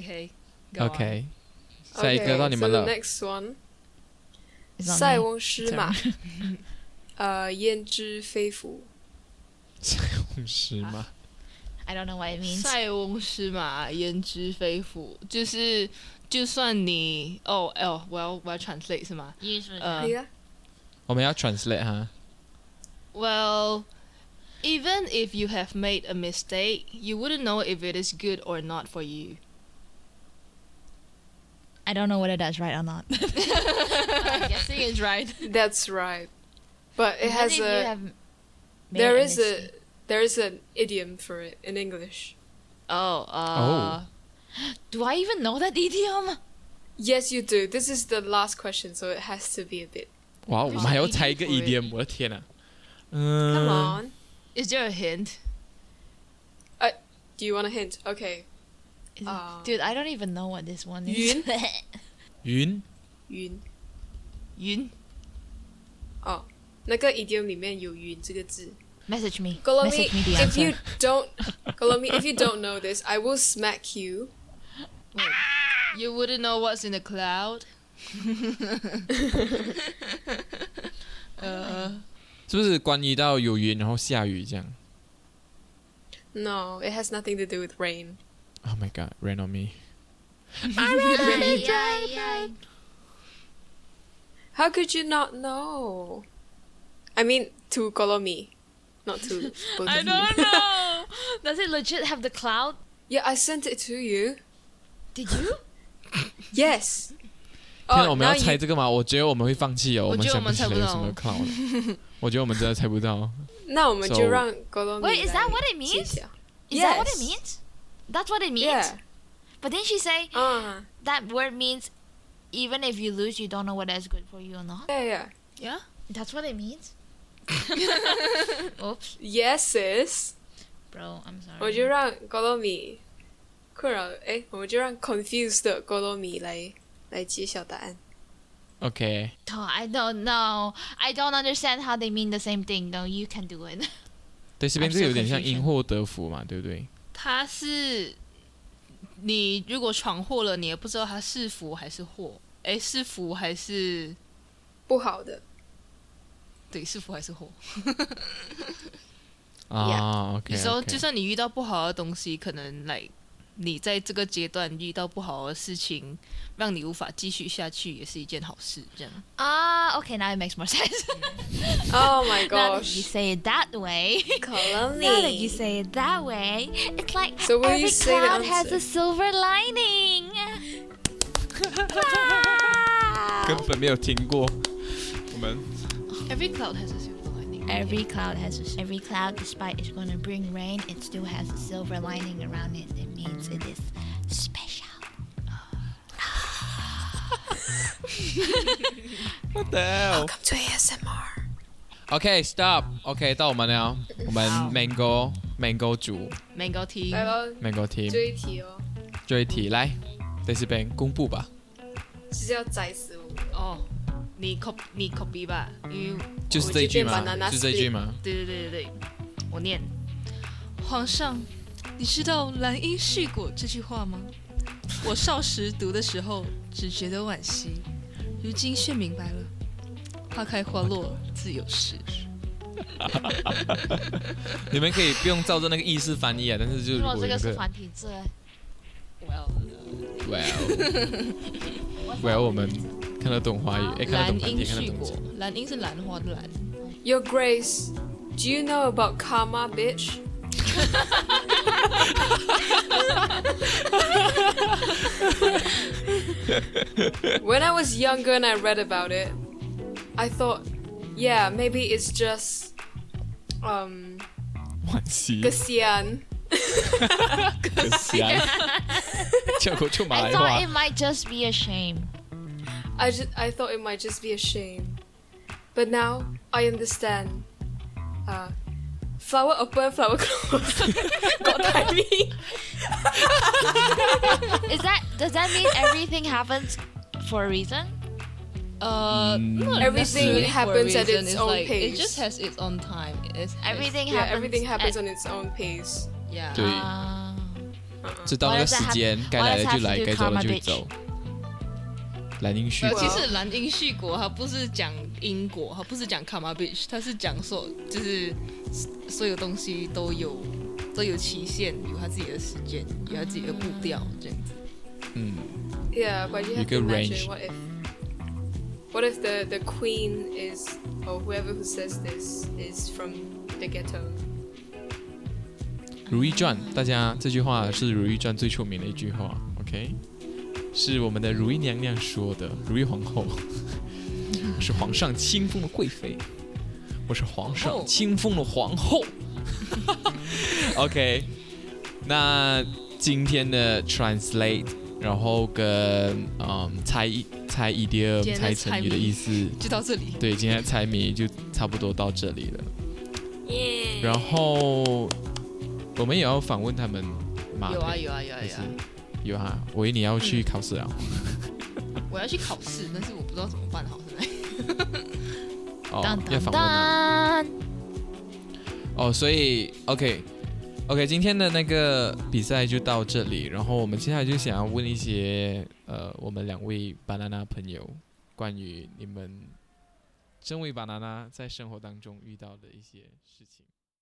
Speaker 3: Okay. go on.
Speaker 1: OK，下一个
Speaker 4: Okay,
Speaker 1: 到你们
Speaker 4: so
Speaker 1: 了
Speaker 4: the。Next one.
Speaker 2: It's not
Speaker 4: 塞
Speaker 2: me.
Speaker 4: 翁失马， 呃，焉知非福？
Speaker 1: 塞翁失马。
Speaker 2: I don't know what it means.
Speaker 3: 塞翁失马，焉知非福？就是就算你哦哎哦，我要我要 translate 是吗？
Speaker 2: Usually.
Speaker 3: 呃
Speaker 4: 你，看，
Speaker 1: 我们要 translate 哈。
Speaker 3: Well, even if you have made a mistake, you wouldn't know if it is good or not for you.
Speaker 2: I don't know whether that's right or not.
Speaker 3: I'm guessing it's right.
Speaker 4: that's right. But it
Speaker 2: Even
Speaker 4: has
Speaker 2: if you
Speaker 4: a
Speaker 2: have made
Speaker 4: there
Speaker 2: an
Speaker 4: is a
Speaker 2: mistake.
Speaker 4: there is an idiom for it in English.
Speaker 3: Oh, uh,
Speaker 2: Do I even know that idiom?
Speaker 4: Yes, you do. This is the last question, so it has to be a bit.
Speaker 1: 哇，我们还要猜一个 EDM，
Speaker 3: Idiom for
Speaker 1: 我的天啊！Uh.
Speaker 4: Come
Speaker 1: 嗯，
Speaker 4: on.
Speaker 3: is there a hint?
Speaker 4: Do you want a hint? Okay.
Speaker 2: Is it-
Speaker 4: Uh,
Speaker 2: Dude, I don't even know what this one is.
Speaker 4: 云
Speaker 1: 云
Speaker 4: 云
Speaker 3: 云
Speaker 4: 哦，那个 idiom 里面有“云”这个字。
Speaker 2: Message me.
Speaker 4: Golomi,
Speaker 2: Message me the
Speaker 4: if
Speaker 2: answer.
Speaker 4: you don't, Golomi, if you don't know this, I will smack you.
Speaker 3: You wouldn't know what's in the cloud. uh,
Speaker 1: 是不是关于到有云然后下雨这样
Speaker 4: No, it has nothing to do with rain.
Speaker 1: ？Oh my god, rain on me！
Speaker 2: Ay, ay, ay.
Speaker 4: How could you not know? I mean, to Golomi, not to both
Speaker 2: I
Speaker 4: of you.
Speaker 2: don't know. Does it legit have the cloud?
Speaker 4: Yeah, I sent it to you.
Speaker 2: Did you?
Speaker 4: Yes. Oh,
Speaker 1: 天啊，我们
Speaker 4: now
Speaker 1: 要
Speaker 4: you-
Speaker 1: 猜这个吗？我觉得我们会放弃哦，
Speaker 3: 我
Speaker 1: 们
Speaker 3: 觉得
Speaker 1: 想
Speaker 3: 我们
Speaker 1: 起来
Speaker 3: 猜不
Speaker 1: 有
Speaker 3: 到
Speaker 1: 什么 cloud。我觉得我们真的猜不到。
Speaker 4: 那我们
Speaker 1: So-
Speaker 4: 就让 Golomi
Speaker 2: Wait, is that what it means? Is that what it
Speaker 4: Yes.
Speaker 2: means? That's what it means.
Speaker 4: Yeah.
Speaker 2: But then she say
Speaker 4: Uh,
Speaker 2: that word means even if you lose, you don't know whether it's good for you or not.
Speaker 4: yeah, yeah.
Speaker 3: Yeah.
Speaker 2: That's what it means. Oops,
Speaker 4: Yes, sis.
Speaker 2: bro, I'm sorry.
Speaker 4: 我就让 Golomi 困扰，哎，我们就让 confused 的 Golomi 来来揭晓答案。
Speaker 1: OK，
Speaker 2: Oh, I don't know. I don't understand how they mean the same thing. No, you can do it.
Speaker 1: 对，这边
Speaker 2: I'm
Speaker 1: 就
Speaker 2: so
Speaker 1: 有点像
Speaker 2: confused
Speaker 1: 因祸得福嘛，对不对？
Speaker 3: 它是你如果闯祸了，你也不知道它是福还是祸。哎，是福还是
Speaker 4: 不好的，
Speaker 3: 对？是福还是祸？
Speaker 1: 啊，OK，
Speaker 3: 有时候
Speaker 1: OK
Speaker 3: 就算你遇到不好的东西，可能来你在这个阶段遇到不好的事情，让你无法继续下去，也是一件好事。这样
Speaker 2: Ah, okay, now it makes more sense.
Speaker 4: Oh my
Speaker 2: now that you
Speaker 4: gosh,
Speaker 2: say it that way, now that you
Speaker 4: Golomi.
Speaker 2: say it that way, it's like
Speaker 4: So will you
Speaker 2: every
Speaker 4: say the
Speaker 2: cloud has
Speaker 4: answer?
Speaker 2: a silver lining.
Speaker 1: 根
Speaker 2: Wow.
Speaker 1: 本没有听过。我们
Speaker 3: ，Every cloud has a silver lining。
Speaker 2: Every cloud has a, every cloud, despite it's going to bring rain, it still has a silver lining around it. It means it is special.
Speaker 1: What the hell？
Speaker 4: Come to ASMR.
Speaker 1: OK stop OK 到我们了，我们 Mango Mango 组
Speaker 3: Mango Tea，
Speaker 4: 来喽，
Speaker 1: Mango
Speaker 4: 这
Speaker 1: Team
Speaker 4: 一题哦，
Speaker 1: 这一题来，在这边公布吧，
Speaker 4: 就是要宰死我。
Speaker 3: 哦，你 copy 你 copy 吧，因为
Speaker 1: 就是这一句
Speaker 4: 我
Speaker 1: 嘛
Speaker 4: 这边，banana
Speaker 1: 就是这一句嘛。
Speaker 3: 对对对对对，我念。皇上，你知道“兰因絮果”这句话 吗？我少时读的时候只觉得惋惜，如今却明白了，花开花落自有时。
Speaker 1: 你们可以不用照着那个意思翻译啊，但是就如果有那个
Speaker 3: Well，
Speaker 1: Well Well 我们看得懂华语，哎，看得懂
Speaker 3: 兰
Speaker 1: 繁
Speaker 3: 因
Speaker 1: 体，看得
Speaker 3: 絮
Speaker 1: 懂
Speaker 3: 果
Speaker 1: 简。，
Speaker 3: 兰因是兰花的兰。
Speaker 4: Your Grace, do you know about karma, bitch? when I was younger and I read about it, I thought, yeah, maybe it's just um
Speaker 1: 惋惜，
Speaker 4: kasian.
Speaker 1: 可惜啊，结果 就马
Speaker 4: Ah,
Speaker 2: I
Speaker 1: 来
Speaker 2: thought it
Speaker 1: 话。
Speaker 2: might just be a shame.
Speaker 4: I just I thought it might just be a shame, but now I understand. Uh, flower open, flower close. Got timing.
Speaker 2: Is that does that mean everything happens for a reason?
Speaker 3: 呃、not
Speaker 1: 嗯
Speaker 4: Everything
Speaker 3: necessarily for a
Speaker 4: happens at
Speaker 3: reason,
Speaker 4: its
Speaker 3: it's
Speaker 4: own
Speaker 3: like, It
Speaker 4: pace.
Speaker 3: just has its own time. It's has-
Speaker 2: Everything
Speaker 4: Yeah,
Speaker 2: happens.
Speaker 4: everything happens
Speaker 2: at-
Speaker 4: on its own pace.
Speaker 1: 对
Speaker 3: Yeah，，
Speaker 2: Ah.
Speaker 1: 就到那个时间，该来的就来，该走的就
Speaker 2: What does that have to do with
Speaker 1: 走。兰因絮
Speaker 3: 呃，
Speaker 1: 果
Speaker 3: 其实兰因絮果它不是讲因果，它不是讲 karma bitch，它是讲说就是所有东西都有都有期限，有它自己的时间，有它自己的步调这样子。
Speaker 1: 嗯
Speaker 4: Yeah, but you have
Speaker 1: could
Speaker 4: to imagine
Speaker 1: range.
Speaker 4: what if what if the the queen is or whoever who says this is from the ghetto.
Speaker 1: 《如懿传》，大家这句话是《如懿传》最出名的一句话，OK，是我们的如懿娘娘说的，如懿皇后 是皇上亲封的贵妃，我是皇
Speaker 3: 哦
Speaker 1: 上亲封的皇 后，OK，那今天的 translate，然后跟嗯猜一猜 idiom
Speaker 3: 今天的
Speaker 1: 猜成语的
Speaker 3: 猜谜
Speaker 1: 意思，
Speaker 3: 就到这里，
Speaker 1: 对，今天的猜谜就差不多到这里了。
Speaker 3: 嗯
Speaker 1: 然后我们也要访问他们嘛？
Speaker 3: 有啊
Speaker 1: 对
Speaker 3: 有啊有啊
Speaker 1: 还
Speaker 3: 有
Speaker 1: 是
Speaker 3: 啊！嗯
Speaker 1: 有啊，我以为你要去考试啊。
Speaker 3: 我要去考试，但是我不知道怎么办好，现在。
Speaker 1: 哦
Speaker 2: 当，
Speaker 1: 要
Speaker 2: 当
Speaker 1: 访问啊。
Speaker 2: 当！
Speaker 1: 哦，所以 OK OK，今天的那个比赛就到这里，然后我们接下来就想要问一些呃，我们两位 banana 朋友关于你们身为 banana 在生活当中遇到的一些事情。